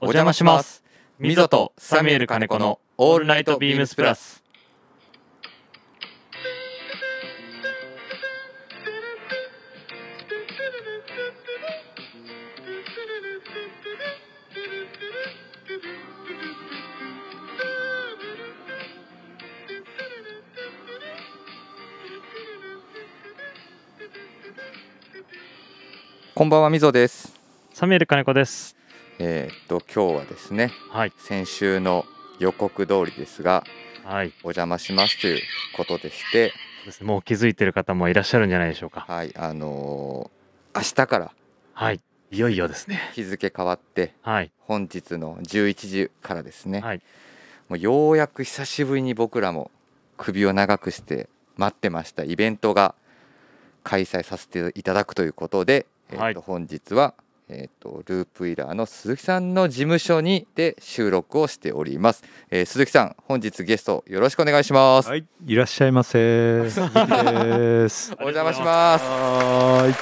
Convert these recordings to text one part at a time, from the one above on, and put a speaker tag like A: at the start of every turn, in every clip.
A: お邪魔しますミゾとサミュエル金子のオールナイトビームスプラス
B: こんばんはみぞです。
A: サミュエル金子です
B: えーっと今日はですね、
A: はい
B: 先週の予告通りですが、
A: はい
B: お邪魔しますということでして、
A: そうですねもう気づいてる方もいらっしゃるんじゃないでしょうか
B: はい、あのー明日から
A: はいいよいよですね
B: 日付変わって
A: はい
B: 本日の11時からですね、
A: はい
B: もうようやく久しぶりに僕らも首を長くして待ってましたイベントが開催させていただくということで、
A: はい
B: えーと本日は、えー、とループイラーの鈴木さんの事務所にて収録をしております、えー鈴木さん本日ゲストよろしくお願いします、
C: はい、いらっしゃいま せ。鈴木です。
B: お邪魔します
C: はーい。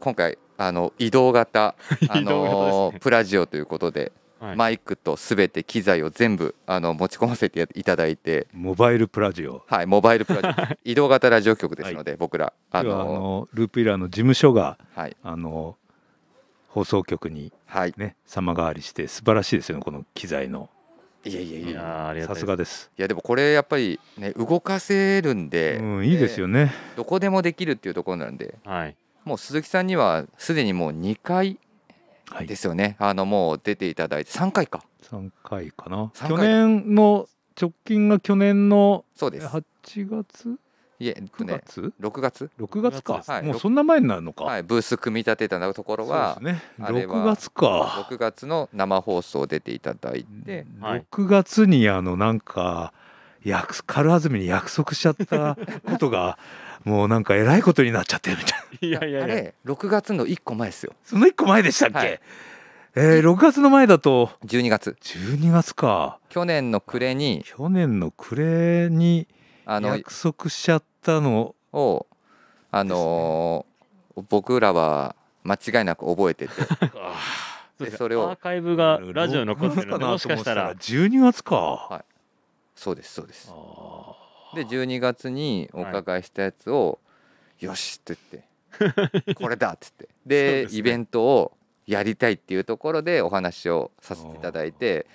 B: 今回あの移動型あ
A: 移動型です
B: の
A: ね
B: プラジオということで、
A: はい
B: マイクとすべて機材を全部あの持ち込ませていただいて
C: モバイルプラジオ。
B: はい、モバイルプラジオ、移動型ラジオ局ですので、僕ら、あ
C: では
B: の、
C: あのループイラーの事務所が
B: はい、
C: あの放送局に
B: はい、
C: ね様変わりして素晴らしいですよねこの機材の。
B: いやいや
A: い
B: い
A: や
B: や、
A: ーありがた
C: さ
A: い
C: すがです。
B: いや、でも、これ、やっぱり、ね、動かせるんで、
C: うん、いいですよね。
B: どこでもできるっていうところなんで。
A: はい
B: もう、鈴木さんには、すでにもう2回
C: はい
B: で。すよね、あの、もう出ていただいて、3回か。
C: 三回かな。
B: 三
C: 去
B: 回
C: 年の直近が去年の
B: そうです。
C: 8月
B: いえ、えっと
C: 9
B: ね、
C: 月
B: 6月、
C: 6月
A: 六
C: か
A: 月。
B: はい
C: もうそんな前になるのか。
B: はい、ブース組み立てたところは
C: そう、ですね。
B: あれは
C: 6月か。
B: 6月の生放送出ていただいて、
A: はい
C: 6月にあのなんか約軽はずみに約束しち ゃったことがもうなんかえらいことになっちゃってるみたいな
A: や
C: い
A: いや
B: あ
A: いや
B: れ、6月の1個前ですよ、
C: その1個前でしたっけ、
B: はい
C: えー、6月の前だと
B: 12月。
C: 12月か
B: 去年の暮れに、
C: 去年の暮れに
B: あの、
C: 約束しちゃったの
B: をあのー僕らは間違いなく覚え てて
A: うですね
B: それを
A: アーカイブがラジオに残 ってるのでもしかしたら
C: 12月か、
B: いそうですそうです
C: あ
B: で12月にお伺いしたやつを「よし!」って言 って「これだ!」っつって
A: そう
B: で
A: ですね
B: イベントをやりたいっていうところでお話をさせていただいて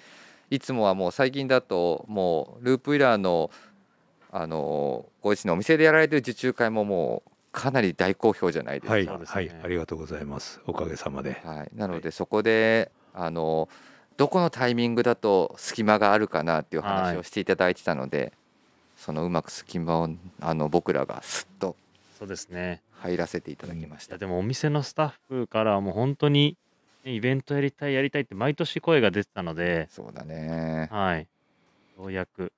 B: いつもはもう最近だともうループイラーのあのーご自身のお店でやられてる受注会ももうかなり大好評じゃないです
C: ー
B: か。
A: そ
C: はい、
A: うです
C: は
A: ね
C: いありがとうございますおかげさまで
B: はい、なのでそこで、あのどこのタイミングだと隙間があるかなっていう話
A: は
B: を
A: い
B: していただいてたので、そのうまく隙間をあの僕らがすっと
A: そうですね
B: 入らせていただきまし
A: い
B: た。
A: やでもお店のスタッフからはもう本当にねイベントやりたいやりたいって毎年声が出てたので
B: そうだね。
A: はいようやく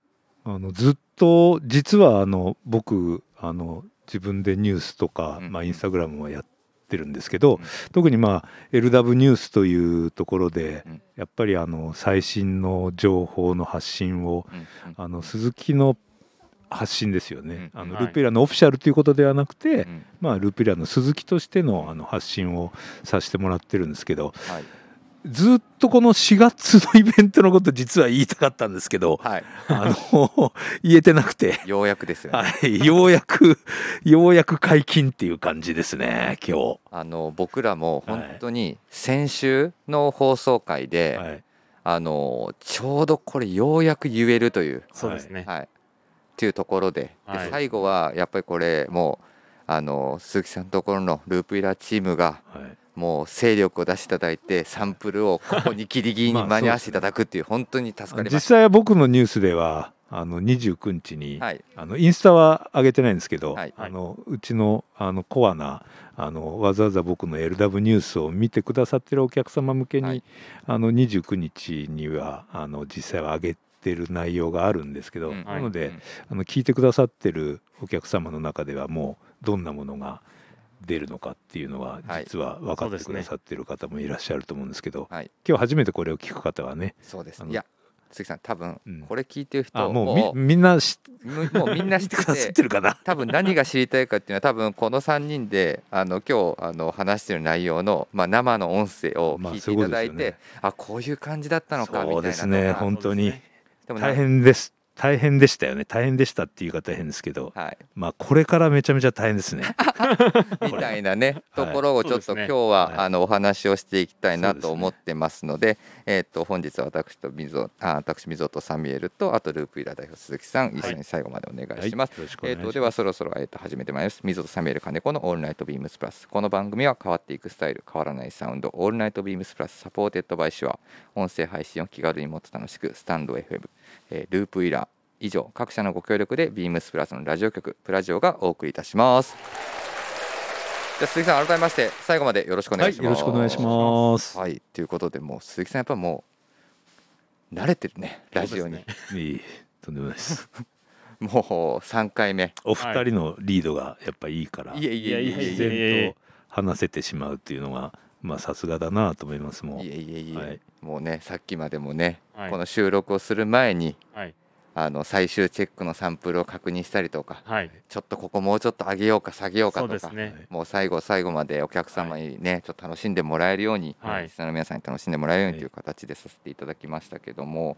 C: あのずっと実はあの僕あの自分でニュースとか、
B: うん
C: まあ、インスタグラムはやってるんですけど、
B: うん
C: 特にまあ LW ニュースというところで、
B: うん
C: やっぱりあの最新の情報の発信を
B: うんうん
C: あの鈴木の発信ですよね、
B: うん
C: あの
A: はい
C: ルピラのオフィシャルということではなくて、
B: うん
C: まあ、ルピラの鈴木としてのあの発信をさせてもらってるんですけど
B: はい
C: ずっとこの4月のイベントのこと実は言いたかったんですけど
B: はい、
C: あの 言えてなくて。
B: ようやくですよね。
C: はい、ようやく、ようやく解禁っていう感じですね、今日。
B: あの僕らも本当に先週の放送回で、
C: はい、
B: あのちょうどこれようやく言えるという
A: そうですね、
B: はい、っていうところで,、
A: は
B: で
A: い
B: 最後はやっぱりこれもうあの鈴木さんのところのループイラーチームが
C: はい、
B: もう勢力を出していただいてサンプルをここにギリギリに間に合わせていた だくっていう本当に助かりま
C: 実
B: し
C: 際は僕のニュースでは、あの二十九日に、
B: た。はい、
C: あのインスタは上げてないんですけど、
B: はい
C: あのうちのあのコアなあのわざわざ僕の LW ニュースを見てくださってるお客様向けに、
B: はい
C: あの29日にはあの実際は上げてる内容があるんですけど、
B: うん
C: なので、
B: うん
C: あの聞いてくださってるお客様の中ではもうどんなものが出るのかっていうのは
B: はい
C: 実は分
A: そ
C: か
A: う
C: っ
A: で
C: て
A: す
C: く
A: ね
C: ださってる方もいらっしゃると思うんですけど、
B: はい
C: 今日初めてこれを聞く方はね
B: そうです
C: あ
B: ね
C: の
B: いや鈴木さん多分
C: うん
B: これ聞いてる人、
C: あもうみ
B: も
C: みんな知っ
B: うもうもうみんな知って
C: てくださって てるかな
B: 多分何が知りたいかっていうのは多分この3人であの今日あの話してる内容の、まあ、生の音声を
C: まあ
B: 聞いていただいて、
C: そういうことですよね
B: あこういう感じだったのかみたいな
C: そうですね
B: のが
C: 本当に
B: でもな
C: 大変です大変でしたよね大変でしたっていう言い方変ですけど
B: はい、
C: まあこれからめちゃめちゃ大変ですね
B: みたいなね
C: は
B: と
C: い
B: ころをちょっ
A: そ
B: と
A: うで
B: 今
A: すね
B: 日は、
C: はい
B: あのお話をしていきたいな
C: そうです
B: と
C: ね
B: 思ってますのでえー、と本日は私と水尾あ私水尾とサミュエルとあとループイラー代表鈴木さん一緒に最後までお願いします。
C: はいよろしくお
B: え
C: 願い
B: ー、
C: し
B: とで
C: ます
B: はそろそろ、えー、と始めてまいります水戸とサミュエル金子の「オールナイトビームスプラス」この番組は変わっていくスタイル変わらないサウンド「オールナイトビームスプラス」サポーテッドバイシュア音声配信を気軽にもっと楽しくスタンド FM、えーループイラー以上各社のご協力でビームスプラスのラジオ局プラジオがお送りいたしますじゃあ鈴木さん改めまして最後までよろしくお願いします、
C: はいよろしくお願いします
B: はいということでもう鈴木さんやっぱもう慣れてるねラジオに、
A: そうですね
C: いいとんでもないです
B: もう3回目
C: お二人のリードがやっぱいいから、
B: いえいえいえいえ
C: 自
B: いえ
C: 然と話せてしまうっていうのがまあさすがだなと思いますもん
B: いえいえいえ、
C: はい
B: もうねさっきまでもね、
A: はい
B: この収録をする前に
A: はい
B: あの最終チェックのサンプルを確認したりとか
A: はい
B: ちょっとここもうちょっと上げようか下げようか
A: そ
B: と
A: うです
B: か、
A: ね
B: もう最後最後までお客様にね、ちょっと楽しんでもらえるように、
A: はい
B: リスナーの皆さんに楽しんでもらえるように
C: はい
B: という形でさせていただきましたけども、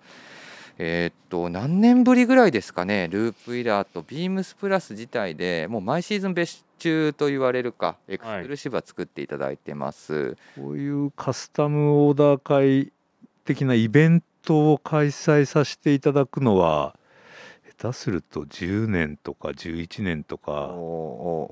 B: えーっと何年ぶりぐらいですかねループイラーとビームスプラス自体でもう毎シーズン別注と言われるかエクスクルーシブは作っていただいてます。
C: こういうカスタムオーダー会的なイベントを開催させていただくのは下手すると10年とか11年とか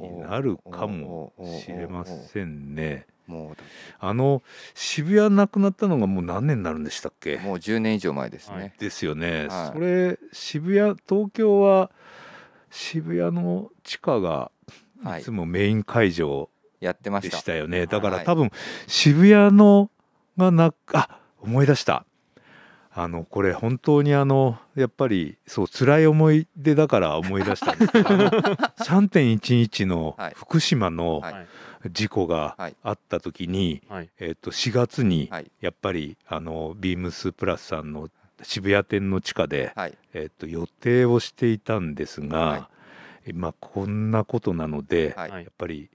C: に
B: に
C: なるかもしれませんね。
B: もうだ
C: あの渋谷なくなったのがもう何年になるんでしたっけ
B: もう10年以上前ですね。
A: はい
C: ですよね、
B: はい
C: それ渋谷東京は渋谷の地下が
B: はい
C: いつもメイン会場
B: やってまし
C: で
B: た。
C: したよねだか
B: は
C: ら
B: い
C: 多分渋谷のがなあ思い出したあのこれ本当にあのやっぱりそう辛い思い出だから思い出したんです けどあの3.11の
B: はい
C: 福島の
B: はい
A: はい
C: 事故が
B: はい
C: あった時に、
A: はい
C: えっと4月に
B: はい
C: やっぱりあのビームスプラスさんの渋谷店の地下で、
B: はい
C: えっと予定をしていたんですが、
B: は
C: まあこんなことなので、
B: はい
A: は
C: や
A: い
C: っぱり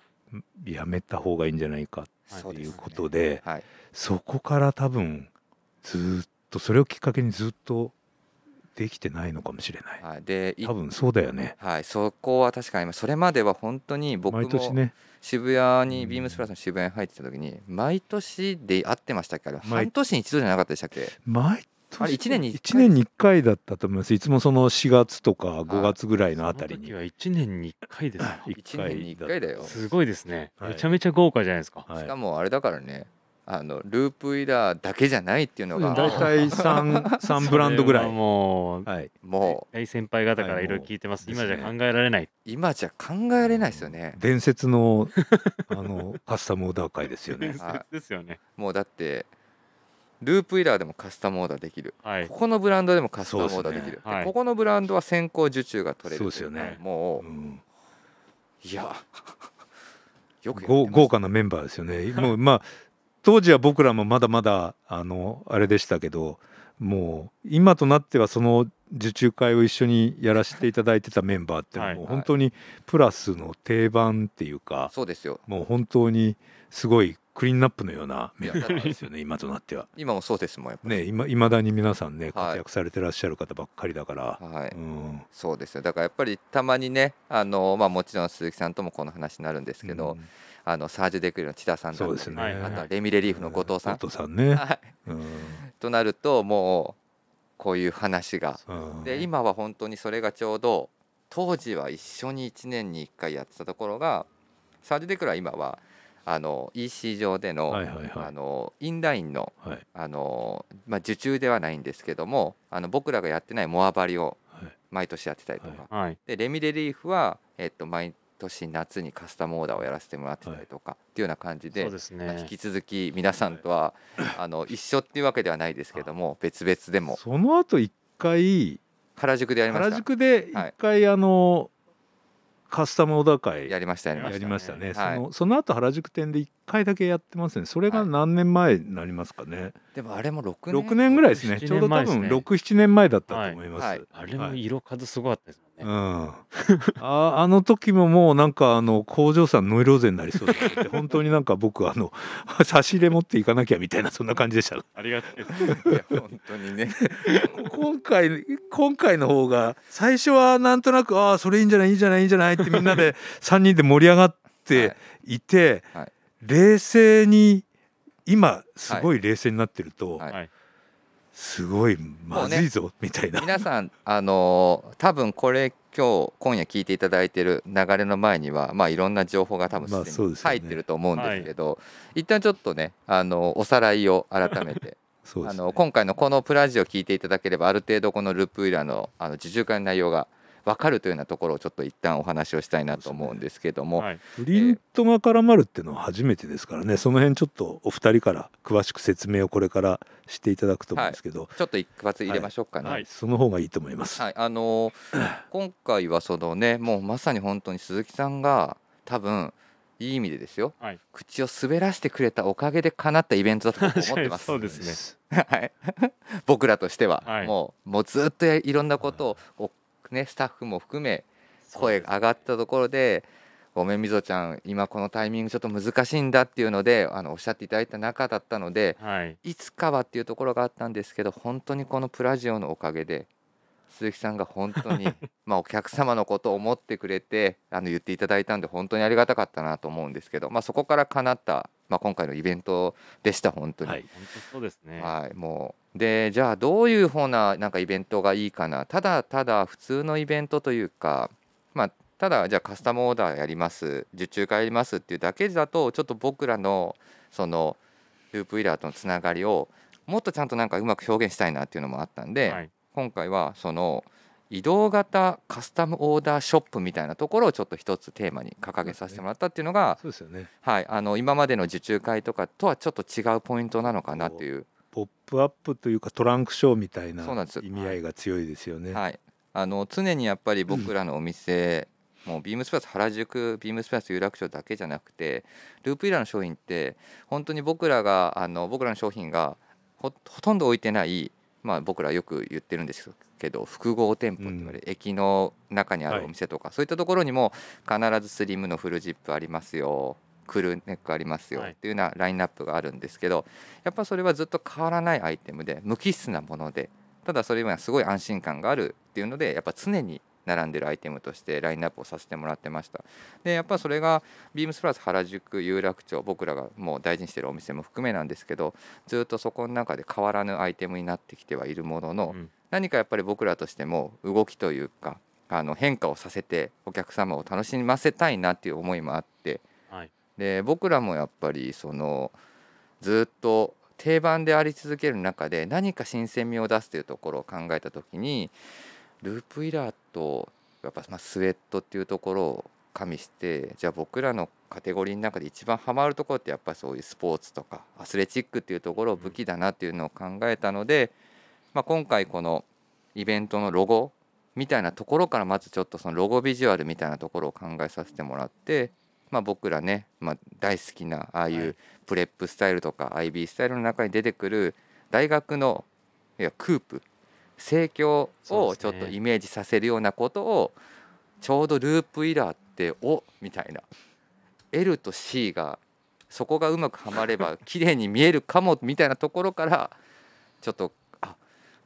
C: んやめた方がいいんじゃないか
A: はい
B: そう
C: と
B: で
C: い
B: す
C: う
B: ね
C: ことで
B: はい
C: そこから多分ずーっとそれをきっかけにずっとできてないのかもしれない
B: はいでい
C: 多分そうだよね
B: はいそこは確かにそれまでは本当に僕
C: 毎年
B: も
C: ね
B: 渋谷に
C: うん
B: ビームスプラスの渋谷に入ってた時に毎年で会ってましたっけど
C: 毎
B: 半年に一度じゃなかったでしたっけ
C: 毎
B: あれ
C: 年
B: 一年に一
C: 一
B: 回
C: 年に一回だったと思いますいつもその4月とか5月ぐらいのあたり
A: その
C: に
A: 時は1年に1回ですね
B: 一年に一回だよ
A: すごいですね
C: はい
A: めちゃめちゃ豪華じゃないですか
C: は
B: し
C: い
B: かもあれだからねあのループイラーだけじゃないっていうのが
C: 大体 3三ブランドぐら
A: それはいもう
C: はい
B: もう
A: 大先輩方からいろいろ聞いてます
C: はいも
A: 今
C: う
A: じゃ考えられない
B: 今じゃ考えれないですよね
C: 伝説のあのカスタムオーダー会ですよね
A: 伝説 ですよね
B: もうだってループイラーでもカスタムオーダーできる
A: はい
B: ここのブランドでもカスタムオーダーでき
C: そ
B: る
C: うで
B: で、
A: すねはい
B: ここのブランドは先行受注が取れる
C: そうですよね
B: もう、
C: うん
B: いやよくやって
C: 豪
B: ます
C: 豪華なメンバーです よね。もうまあ当時は僕らもまだまだあのあれでしたけどもう今となってはその受注会を一緒にやらせていただいてたメンバーってのは
A: はい
C: もう本当にプラスの定番っていうか
B: そうですよ
C: もう本当にすごいクリーンナップのようなメンバーですよね今となっては。
B: 今もそうですもんやっぱ
C: ね今いまだに皆さん
B: は
C: ね
B: い
C: 活躍されてらっしゃる方ばっかりだから、
B: はい、
C: うん
B: そうですよだからやっぱりたまにねあの、まあ、もちろん鈴木さんともこの話になるんですけど、
C: うん
B: あのサージュ・デクリの千田さんだ
C: そ
B: っ
C: う
B: た
C: です
B: り、
C: ね。
A: はいは
B: あ
A: い
B: と
A: は
B: はレミレリーフの後藤さん、
C: 後藤さんね。
B: はい
C: うん
B: となるともうこういう話が
C: うん
B: で今は本当にそれがちょうど当時は一緒に1年に1回やってたところがサージュデクラは今はあの EC 上での,、
C: はいはいはい
B: あのインラインの
C: はい
B: あの、まあ、受注ではないんですけどもあの僕らがやってないモアバリを
C: はい
B: 毎年やってたりとか、
C: は
A: はい
B: でレミレリーフは、えっと、毎年夏にカスタムオーダーをやらせてもらってたりとか、っていうような感じ
A: そ
B: で
A: うです
B: まあ引
A: ね
B: き続き皆さんとは、あの一緒っていうわけではないですけども別々でも
C: その後一回
B: 原宿でやりまし
C: 原
B: た。
C: 宿で一回あの、カスタムオーダー会
B: やりましたやりま
C: や
B: し
C: り
B: た
C: ましたね
B: はい
C: そのその後原宿店で1回だけやってますねそれが何年前になりますかね、
B: でもあれも6年
C: 6年ぐらいですね
A: 6-7
C: ちょう
A: 年
C: ど多分
A: 前ですね
C: 67年前だったと思います、
B: はいはい
A: あれも色数すごかったですも
C: うんん、
A: ね。
C: ああの時ももうなんかあの工場さんノイローゼになりそうだなって本当になんか僕あの差し入れ持っていかなきゃみたいなそんな感じでした
A: ありがたいです。
B: いや本当にね
C: 今回今回の方が最初はなんとなくああそれいいんじゃないいいんじゃないいいんじゃないってみんなで3人で盛り上がっていて、
B: はいはい
C: 冷静に今すごい冷静になってると、
B: はい
A: はい
C: すごいまずいぞ、みたいな。
B: 皆さんあのー多分これ今日今夜聞いていただいてる流れの前にはまあいろんな情報が多分
C: まあ
B: す
C: そ
B: で
C: う
B: に
C: ですよ
B: 入
C: ね
B: ってると思うんですけど、一旦ちょっとねあのおさらいを改めて
C: そうで
B: あ
C: すね
B: の今回のこのプラジオを聞いていただければある程度このループイラーのあの受注会の内容が分かるというようなところをちょっと一旦お話をしたいなと思うんですけども、
A: はい。
C: プリントが絡まるっていうのは初めてですからねその辺ちょっとお二人から詳しく説明をこれからしていただくと思うんですけど、
B: ちょっと一発入れましょうかね。
A: はい
C: その方がいいと思います。
B: はい、あのー今回はそのねもうまさに本当に鈴木さんが多分いい意味でですよ、
A: はい
B: 口を滑らしてくれたおかげで叶ったイベントだと僕思ってます
A: そうですね
B: はい、僕らとしては、
A: はい
B: もうもうずっとやいろんなことをこうね、スタッフも含め声が上がったところで「ごめんみぞちゃん今このタイミングちょっと難しいんだ」っていうのであのおっしゃっていただいた中だったので
A: はい。
B: いつかはっていうところがあったんですけど本当にこのプラジオのおかげで鈴木さんが本当 にまあお客様のことを思ってくれてあの言っていただいたんで本当にありがたかったなと思うんですけど、まあ、そこから叶った、まあ、今回のイベントでした本当に。
C: は
B: はいい
A: 本当そうですね。
B: もうでじゃあどういうふうななんかイベントがいいかなただただ普通のイベントというか、まあ、ただじゃあカスタムオーダーやります受注会やりますっていうだけだとちょっと僕らのそのループイラーとのつながりをもっとちゃんとなんかうまく表現したいなっていうのもあったんで、
A: はい。
B: 今回はその移動型カスタムオーダーショップみたいなところをちょっと一つテーマに掲げさせてもらったっていうのが、
C: そうですよね
B: はい、あの今までの受注会とかとはちょっと違うポイントなのかなっていう、
C: ポップアップというかトランクショーみたいな
B: そうなんです
C: 意味合いが強いですよね。
B: はい、あの常にやっぱり僕らのお店、もうビームスプラス原宿ビームスプラス有楽町だけじゃなくてループイラーの商品って本当に僕らがあの僕らの商品がほほとんど置いてない、まあ、僕らよく言ってるんですけど複合店舗って言われる、駅の中にあるお店とか、そういったところにも必ずスリムのフルジップありますよクルーネックありますよ
A: はい
B: っていうようなラインナップがあるんですけどやっぱそれはずっと変わらないアイテムで無機質なものでただそれはすごい安心感があるっていうのでやっぱ常に並んでるアイテムとしてラインナップをさせてもらってましたでやっぱそれがビームスプラス原宿有楽町僕らがもう大事にしてるお店も含めなんですけどずっとそこの中で変わらぬアイテムになってきてはいるものの、
A: うん
B: 何かやっぱり僕らとしても動きというかあの変化をさせてお客様を楽しませたいなっていう思いもあって、
A: はい
B: で僕らもやっぱりそのずっと定番であり続ける中で何か新鮮味を出すというところを考えた時にループイラーとやっぱまあスウェットっていうところを加味してじゃあ僕らのカテゴリーの中で一番ハマるところってやっぱそういうスポーツとかアスレチックっていうところを武器だなっていうのを考えたので、まあ、今回このイベントのロゴみたいなところからまずちょっとそのロゴビジュアルみたいなところを考えさせてもらって、まあ、僕らね、まあ、大好きなああい
A: は
B: う
A: い
B: プレップスタイルとか IB スタイルの中に出てくる大学のいやクープ盛況
A: そうで
B: を
A: す
B: ちょ
A: ね
B: っとイメージさせるようなことをちょうどループイラーって「おみたいな L と C がそこがうまくはまれば綺麗に見えるかもみたいなところからちょっとあ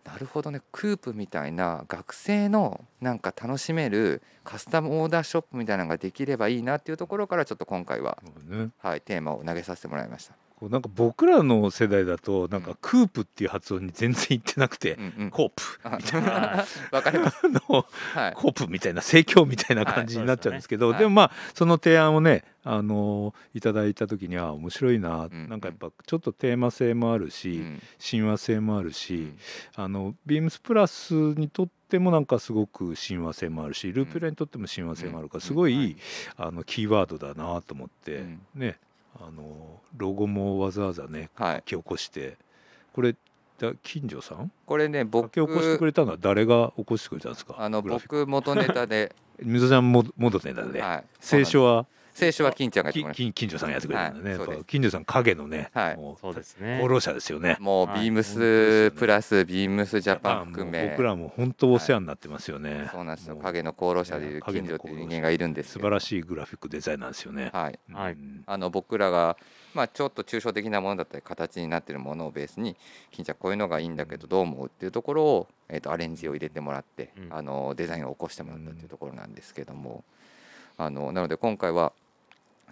B: なるほどねクープみたいな学生のなんか楽しめるカスタムオーダーショップみたいなのができればいいなっていうところからちょっと今回は、
C: ね
B: はい、テーマを投げさせてもらいました。
C: こうなんか僕らの世代だとなんかクープっていう発音に全然いってなくて、
B: うんうん
C: コープ
B: あ
A: は
B: わかります。
C: あの
B: はい。
C: コープみたいな盛況みたいな感じになっちゃうんですけど、
B: はい
C: でもまあその提案をね、あのいただいた時には面白いな、
B: ん
C: なんかやっぱちょっとテーマ性もあるし、
B: うん
C: 親和性もあるし、
B: うん
C: あのビームスプラスにとってもなんかすごく親和性もあるしループラにとっても親和性もあるか
B: う
C: ら、
B: ん
C: すごい、
A: はい
C: い、あのキーワードだなと思って、
B: うん
C: ねあのロゴもわざわざね
B: はい
C: 書き起こしてこれだ近所さん
B: これね僕
C: 竹起こしてくれたのは誰が起こしてくれたんですか
B: あの
C: グラフィック
B: 僕元ネタで、
C: 水ちゃんも元ネタで、
B: はい、
C: 聖書は
B: 聖書は金ちゃんがやって
C: き
B: もらいまし
C: 近近所さんがやってくれたんだね、
B: はいそうです
C: やっぱ近所さん影のね、
B: はい
C: もう
A: そうですね
C: 功。労者ですよね
B: たもう
A: はい
B: ビーム
C: 本当ですよ
B: ス
C: ね
B: プラスビームスジャパン
C: いや
B: 含
C: もう
B: め
C: 僕らも本当お世話になってますよね、
B: そうなんですよ
C: もう
B: 影の功労者でいう
C: 影
B: 金
C: の
B: 城
C: 功労者
B: という人間がいるんです
C: 素
B: よ
C: 晴らしいグラフィックデザインなんですよね、
B: はい、
A: はい
C: うん
B: あの僕らが、まあ、ちょっと抽象的なものだったり形になってるものをベースに「金ちゃんこういうのがいいんだけどどう思う?」っていうところを、えー、とアレンジを入れてもらって、
A: うん
B: あのデザインを起こしてもらったっていうところなんですけども、あのなので今回は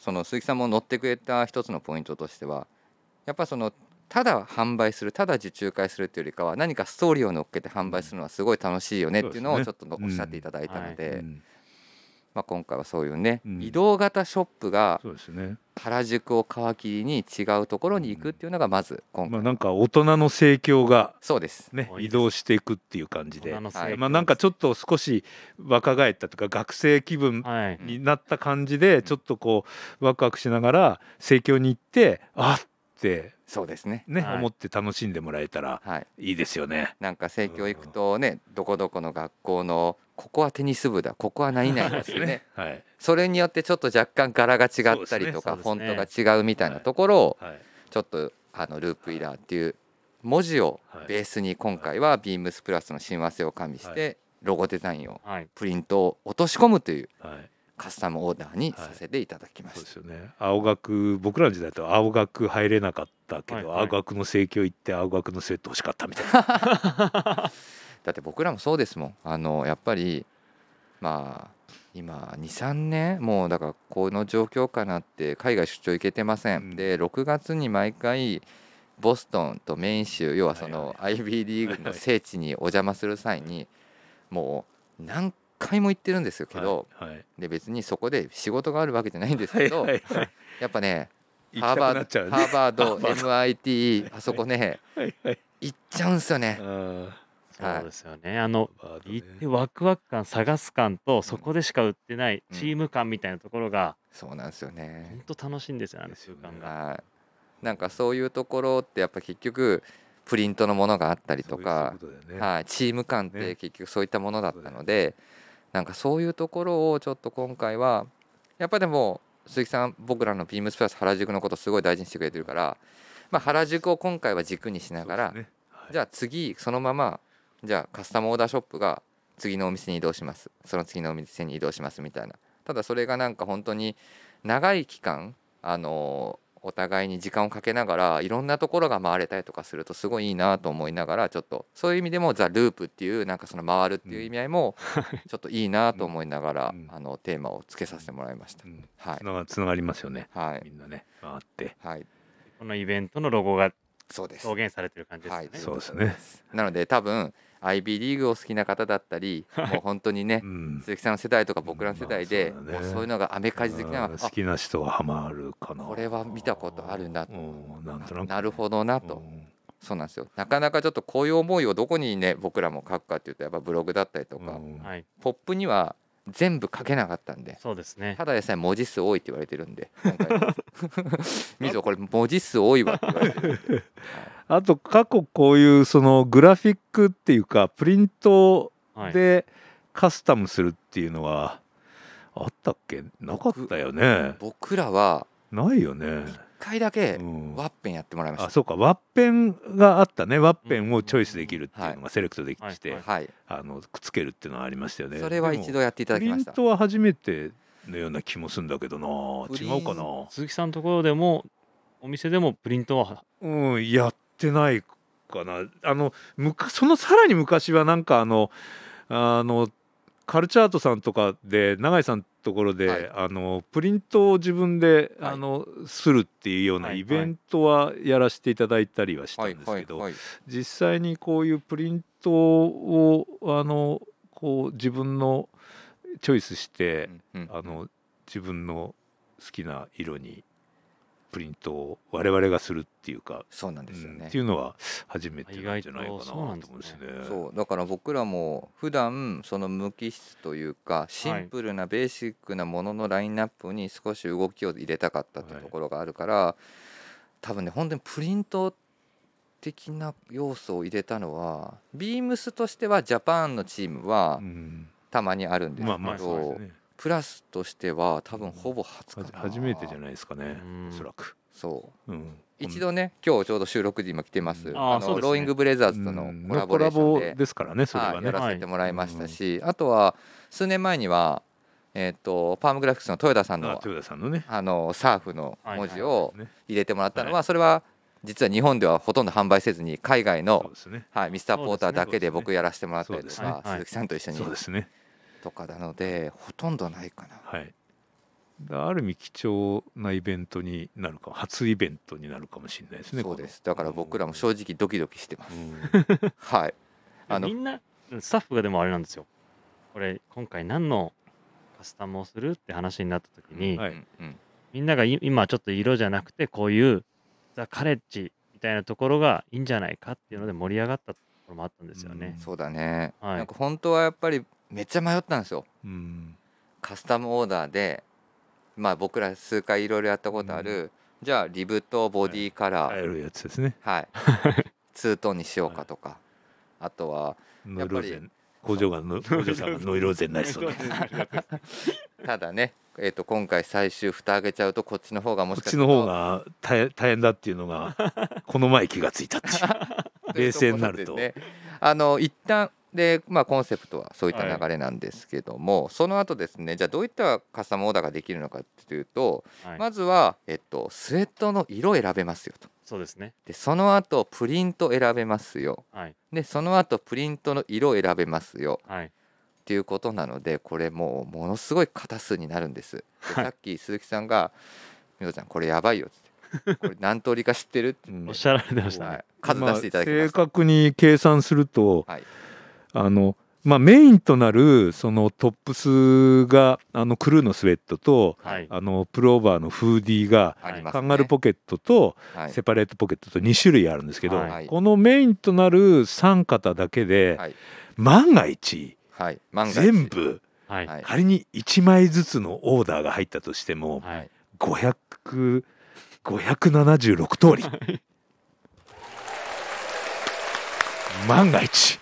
B: その鈴木さんも乗ってくれた一つのポイントとしてはやっぱそのただ販売するただ受注会するっていうよりかは何かストーリーを乗っけて販売するのはすごい楽しいよねっていうの
C: そう
B: を
C: です
B: ちょ
C: ね
B: っとおっしゃっていただいたので、
C: うん
B: まあ、今回はそういうね、
C: うん
B: 移動型ショップが
C: そうですね
B: 原宿を皮切りに違うところに行くっていうのがまず今
C: ま
B: 回、
C: あなんか大人の盛況が
B: そうです
C: ね
A: もういい
C: 移
A: です
C: 動していくっていう感じで
A: 大人の
B: はい
A: 成
C: まあ、なんかちょっと少し若返ったというか学生気分
A: 功はい。
B: ん
C: になった感じでちょっとこうワクワクしながら盛況に行ってあっって
B: そうですね
C: ね、
A: はい
C: 思って楽しんでもらえたら
B: はい
C: いいですよね。
B: なんか生協行くとねどこどこの学校のここはテニス部だここは何々だっていうね
C: はい
B: それによってちょっと若干柄が違ったりとか、フ
A: そ
B: ォ
A: うですね
B: ントが違うみたいなところを
C: はい
B: ちょっとあのループイラーっていう文字を
C: はい
B: ベースに今回はビームスプラスの親和性を加味し
C: は
B: てロゴデザインを
A: はい。
B: プリントを落とし込むという
C: はい、
B: カスタムオーダーにさせていただきま
C: そ
B: し
C: うですよね青学僕らの時代だと青学入れなかったけど、
A: はいはい
C: 青学の盛況行って青学のスウェット欲しかったみたいな
B: だって僕らもそうですもんあのやっぱりまあ今23年もうだからこの状況かなって海外出張行けてません、
C: うん
B: で6月に毎回ボストンとメイン州要はその IB リーグの聖地にお邪魔する際にもう何回も行ってるんです けど、
C: はいはい
B: で別にそこで仕事があるわけじゃないんですけど、
C: はいはいはい
B: やっぱね
C: 行
B: ハ
C: き
B: ー
C: たく
B: バ
C: なっ
B: ー
C: ちゃ
B: ド
C: う、ね
B: ハーバード
C: ハー
B: MIT あそこね
C: はいはい
B: 行っちゃうんすよね。
C: うん
A: そうですよね。あの、
C: ハーバードね
A: 行ってワクワク感、探す感と、そこでしか売ってないチーム感みたいなところが、
B: そうなんですよね
A: 本当楽しいんですよね、あの
C: です
A: 空
C: よね
A: 間が。
B: はい、なんかそういうところってやっぱ結局プリントのものがあったりとか
C: そういうことだよね
B: はい、チーム感っ
C: ね
B: て結局そういったものだったので、なんかそういうところをちょっと今回はやっぱでも鈴木さん僕らのビームスプラス原宿のことすごい大事にしてくれてるから、まあ、原宿を今回は軸にしながら、
C: そうですねはい
B: じゃあ次そのままじゃあカスタムオーダーショップが次のお店に移動しますその次のお店に移動しますみたいなただそれがなんか本当に長い期間あのお互いに時間をかけながらいろんなところが回れたりとかするとすごいいいなと思いながらちょっとそういう意味でも「ザ・ループ」っていうなんかその回るっていう意味合い もちょっといいなと思いながら、
C: うん
B: あのテーマをつけさせてもらいました
C: う。ん
B: はい
C: つながつながりますよね
B: はい
C: みんなねあって
B: はい、
A: このイベントのロゴが
B: そうです
A: 表現されてる感じですよね。
B: はい
C: そうですね
B: なので多分 IB リーグを好きな方だったりもう本当にね
C: うん
B: 鈴木さんの世代とか僕らの世代で、
C: まあそうだ
B: も
C: ね
B: うそういうのがアメカジ好きな
C: う
B: の
C: ん
B: が
C: 好きな人はハマるかな
B: これは見たことあるな
C: うんなんとな
B: あ
C: く
B: なるほどな
C: う
B: と
C: ん
B: そうなんですよなかなかちょっとこういう思いをどこにね僕らも書くかっていうとやっぱブログだったりとか、
C: うん
A: はい。
B: ポップには全部書けなかったんで
A: そうですね。
B: ただでさえ文字数多いって言われてるんで今 回みぞこれ文字数多いわって言われてるんで、
C: あと過去こういうそのグラフィックっていうかプリント
A: はい。
C: でカスタムするっていうのはあったっけなかったよね
B: 僕らは
C: ないよね、
B: 1回だけ
C: うん
B: ワッペンやってもらいま
C: あ
B: し
C: そうかワッペンがあったねワッペンをチョイスできるっていうのがセレクトでき
A: はい
C: して、
A: は
B: たはい
C: あのくっつけるっていうのはありましたよね
B: それは一
C: でも
B: 度やっていただ
C: プ
B: き
C: リ
B: まし
C: ン
B: た
C: トは初めてのような気もするんだけどな
B: プリン
C: 違うかな
A: 鈴木さんのところでも、お店でもプリントは、
C: うんやってないかなあのむかそのさらに昔はなんかあのあのカルチャートさんとかで永井さんのところで、
B: はい
C: あのプリントを自分で、
B: はい
C: あのするっていうような
A: はい
C: イベントはやらせていただいたりはしたん
B: は
C: で
B: い
C: すけど、
B: はいはい
C: 実際にこういうプリントをあのこう自分のチョイスして、
B: うんうん
C: あの自分の好きな色にプリントを我々がするっていうか、
B: そうなんですよ
C: うん
B: ね
C: っていうのは初めてなんじゃないかなと思うんですね。
B: そうだから僕らも普段その無機質というかシンプルなベーシックなもののラインナップに少し動きを入れたかったっていうところがあるから、多分ね本当にプリント的な要素を入れたのはビームスとしてはジャパンのチームは
C: うん
B: たまにあるんです
C: まあ
B: け
C: まあそうです
B: ど
C: ね
B: プラスとしては多分ほぼ初か
C: はじ
B: な
C: 初めてじゃないですかね
A: うん
C: おそらく、
B: そう
C: うん、
B: 一度ね今日ちょうど収録時今来てます、
C: うん
A: あー
B: あ
A: そう
B: の
A: ですね
B: ローイングブレザーズとの
C: うん
B: コラボレーションで,、
C: ですからねそれ
B: は
C: はいね
B: やらせてもらいましたし、あとは数年前には、えっとパームグラフィックスの豊田さん
C: あ
B: の
C: 豊田さんのね
B: あのサーフの文字を
C: ね
B: 入れてもらったのは、
C: は
B: それは実は日本ではほとんど販売せずに海外
C: そう
B: の、
C: ですね
B: はい、ミスターポーターだけで
C: そうですね
B: 僕やらせてもらったりと
C: そう
A: で
B: か、
A: すねはい
B: 鈴木さんと一緒に
C: そうですね
B: とかなのでほとんどないかな。
C: はいだある意味貴重なイベントになるか初イベントになるかもしれないですね
B: そうですだから僕らも正直ドキドキしてます。
C: 直、
B: はい、あの
A: みんなスタッフがでもあれなんですよこれ今回何のカスタムをするって話になった時に、
C: うんは
B: う
C: い
B: んうん
A: みんながい今ちょっと色じゃなくてこういうザ・カレッジみたいなところがいいんじゃないかっていうので盛り上がったところもあったんですよね。
B: そうだね、
A: はい
B: なんか本当はやっぱりめっちゃ迷ったんですよ
C: うん
B: カスタムオーダーでまあ僕ら数回いろいろやったことある、じゃあリブとボディカラー、
C: あるやつですね
B: はい、ツートンにしようかとか、あとは
C: ノイローゼ
B: やっ
C: ン工場がの工場さんがノイローゼンになり そうだ
B: ただね、えー、と今回最終蓋開けちゃうとこっちの方がもし
C: こっ
B: か
C: ち
B: す
C: の
B: ると
C: 方が大大変だっていうのがこの前気がついたっていう 冷静になると
B: そういうことですね、あの一旦でまあ、コンセプトはそういった流れなんですけども、その後ですねじゃあどういったカスタムオーダーができるのかっていうと、
A: はい
B: まずは、えっと、スウェットの色を選べますよと
A: そうですね。
B: でその後プリント選べますよ
A: はい。
B: でその後プリントの色を選べますよ
A: はい。
B: っていうことなのでこれもうものすごい型数になるんです。で
A: はい
B: さっき鈴木さんが「みぞちゃんこれやばいよ」って「これ何通りか知ってる?」って
C: うん
A: おっしゃられてました
B: はい
A: ね。
B: 数出していただき
C: まあ
B: ま
C: 正
B: した。
C: 確に計算すると、
B: はい
C: あのまあ、メインとなるそのトップスがあのクルーのスウェットと
A: はい。
C: あのプローバーのフーディーが
B: ありますね
C: カンガルーポケットと
B: はい
C: セパレートポケットと2種類あるんですけど、
A: はい
C: このメインとなる3型だけで、
B: はい
C: 万が一
B: はい万が一
C: 全部
A: はい。
B: はい
C: 仮に1枚ずつのオーダーが入ったとしても
A: はい。
C: 500 576通り 万が一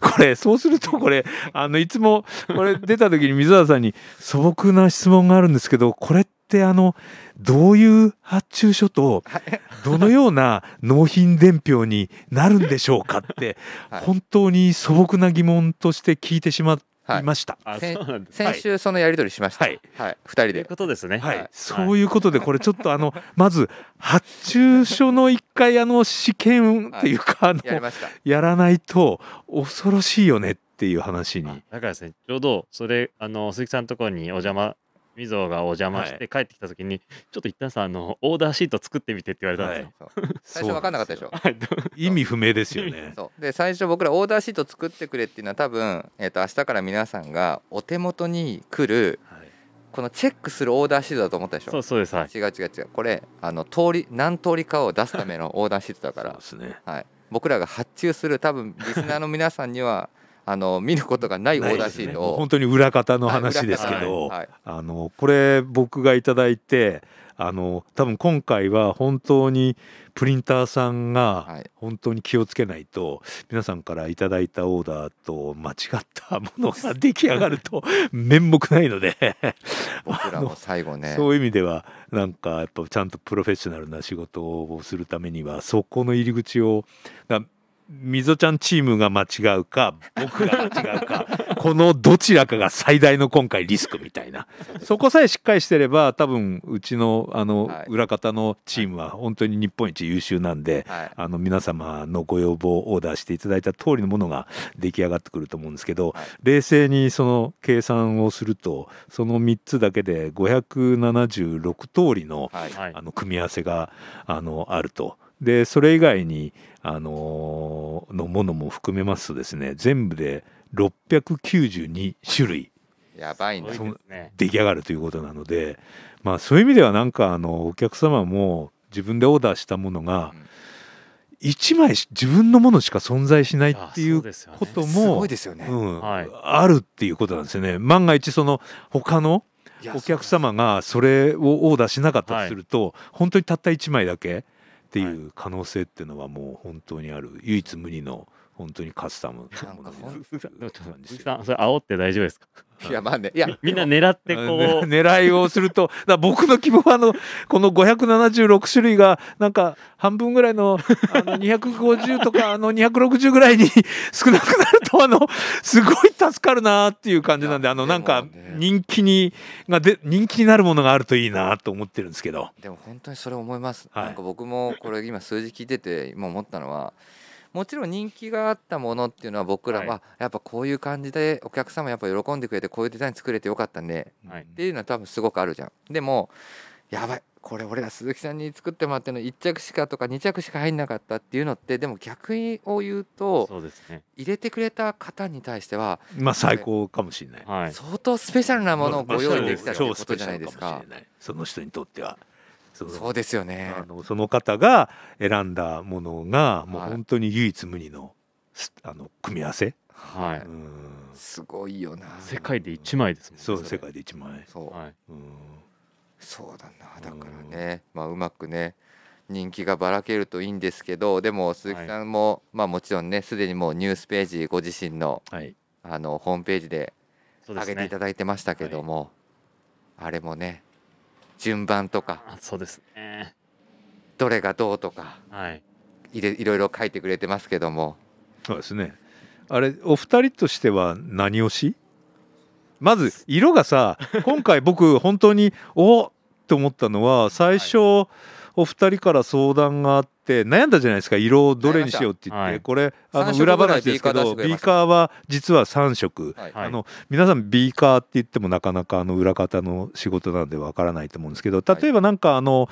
C: これそうするとこれあのいつもこれ出た時に水原さんに素朴な質問があるんですけどこれってあのどういう発注書とどのような納品伝票になるんでしょうかって
B: はい
C: 本当に素朴な疑問として聞いてしまいました。
A: あ、そ
B: せん
A: うなんです。
B: 先週そのやり取りしました。
C: はい
B: はい、二人
A: という
B: で。
A: ことですね。
C: はい、
B: はい
C: そういうことでこれちょっとあのまず発注書の一回あの試験っていうか、あ
B: やり
C: の
B: ました。
C: やらないと恐ろしいよねっていう話に
A: だからですね、ちょうどそれ、あの、鈴木さんのところにお邪魔、みぞがお邪魔して帰ってきたときに、ちょっと一旦さ、あの、オーダーシート作ってみてって言われたんですよ。
B: そう最初分かんなかったでしょ。
A: はい。どう
C: 意味不明ですよね。
B: そうで最初僕らオーダーシート作ってくれっていうのは多分、えっと明日から皆さんがお手元に来る
C: はい
B: このチェックするオーダーシートだと思ったでしょ
A: そうそうです。はい。
B: 違う違う違うこれあの通り何通りかを出すため のオーダーシートだか
C: そう
B: ら
C: で、すね。
B: はい、僕らが発注する多分リスナーの皆さんに はあの見ることがないオ
C: ない
B: ー
C: で
B: ダー
C: す
B: シ
C: ね
B: ート
C: もう
B: を
C: 本当に裏方の
B: はい
C: 話ですけど、
B: はい
C: あのこれ僕がいただいてあの多分今回は本当にプリンターさんが
B: はい
C: 本当に気をつけないと皆さんからいただいたオーダーと間違ったものが出来上がると面目ないので、
B: 僕らも最後ね
C: そういう意味ではなんかやっぱちゃんとプロフェッショナルな仕事をするためにはそこの入り口をだみぞちゃんチームが間違 うか僕が間違うかこのどちらかが最大の今回リスクみたいなそこさえしっかりしてれば多分うちのあの
B: はい
C: 裏方のチームは本当に日本一優秀なんで。
B: はい
C: あの皆様のご要望オーダーしていただいた通りのものが出来上がってくると思うんですけど、
B: はい
C: 冷静にその計算をするとその3つだけで576通りの
B: はい
A: はい
C: あ。の組み合わせがあのあると。でそれ以外にあののものも含めますとですね全部で692種類
B: やばい
A: 多
B: ない
C: そ
A: で
C: う
A: すね。
C: 出来上がるということなので、まあ、そういう意味ではなんかあのお客様も自分でオーダーしたものが
B: うん
C: 1枚し自分のものしか存在しないってい
A: あそううですよね
C: こと
B: す
C: も
B: ごいですよね
C: うん
A: はい
C: あるっていうことなんですよね。万が一その他の
B: いや
C: お客様がそれをオーダーしなかったとすると、本当にたった1枚だけっていう可能性っていうのはもう本当にある唯一無二の本当にカスタム
B: なんかほん
A: 鈴木さんでもちょっと鈴木さんそれ煽って大丈夫ですか
B: いやまあねいや
A: みんな狙ってこ
C: ね
A: う
C: 狙いをするとだから僕の希望はあのこの576種類がなんか半分ぐらいのあの250とかあの260ぐらいに少なくなるとあのすごい助かるなっていう感じなんであの
B: いや
C: なんか
B: でもね
C: 人気にがで人気になるものがあるといいなと思ってるんですけど。
B: でも本当にそれ思います、
C: はい
B: なんか僕もこれ今数字聞いてて今思ったのはもちろん人気があったものっていうのは僕らは、
A: はい
B: やっぱこういう感じでお客様やっぱ喜んでくれてこういうデザイン作れてよかったね
A: はい
B: っていうのは多分すごくあるじゃんでもやばいこれ俺ら鈴木さんに作ってもらっての1着しかとか2着しか入んなかったっていうのってでも逆を言うと
A: そうですね
B: 入れてくれた方に対しては
C: まあ最高かもしれない。
A: はい
B: 相当スペシャルなものをご用意できたっていうことじゃないです
C: 超スペシ
B: か
C: ャルもしれないその人にとっては。その
B: そうですよね
C: あのその方が選んだものがもう
B: はい
C: 本当に唯一無二のすあの組み合わせ、
A: は
C: う
A: い
C: ん
B: すごいよな
A: 世界で一枚ですもんね
C: そう
A: れ
C: 世界で一枚、
B: そう
A: はい
C: うん
B: そうだなだからね、まあ、うまくね人気がばらけるといいんですけどでも鈴木さんも、まあもちろんねすでにもうニュースページご自身の
C: はい、
B: あのホームページで
A: そうで
B: 上
A: す
B: げて
A: ね
B: いただいてましたけども、あれもね順番とか
A: あそうですね
B: どれがどうとか
A: はい
B: いれいろいろ書いてくれてますけども
C: そうですねあれお二人としては何推しまず色がさ今回僕本当におっと思ったのは最初、お二人から相談があって悩んだじゃないですか色をどれにしようって言っ
A: 悩みましたは
C: て、
A: い
C: これあ
B: 三
C: の
B: 色
C: 裏話ですけど
B: ぐらいビ
C: ビー
B: ーカ
C: カーは実は3色
B: はい
A: はい
C: あの皆さんビーカーって言ってもなかなかあの裏方の仕事なんでわからないと思うんですけど
B: はい
C: 例えばなんかあの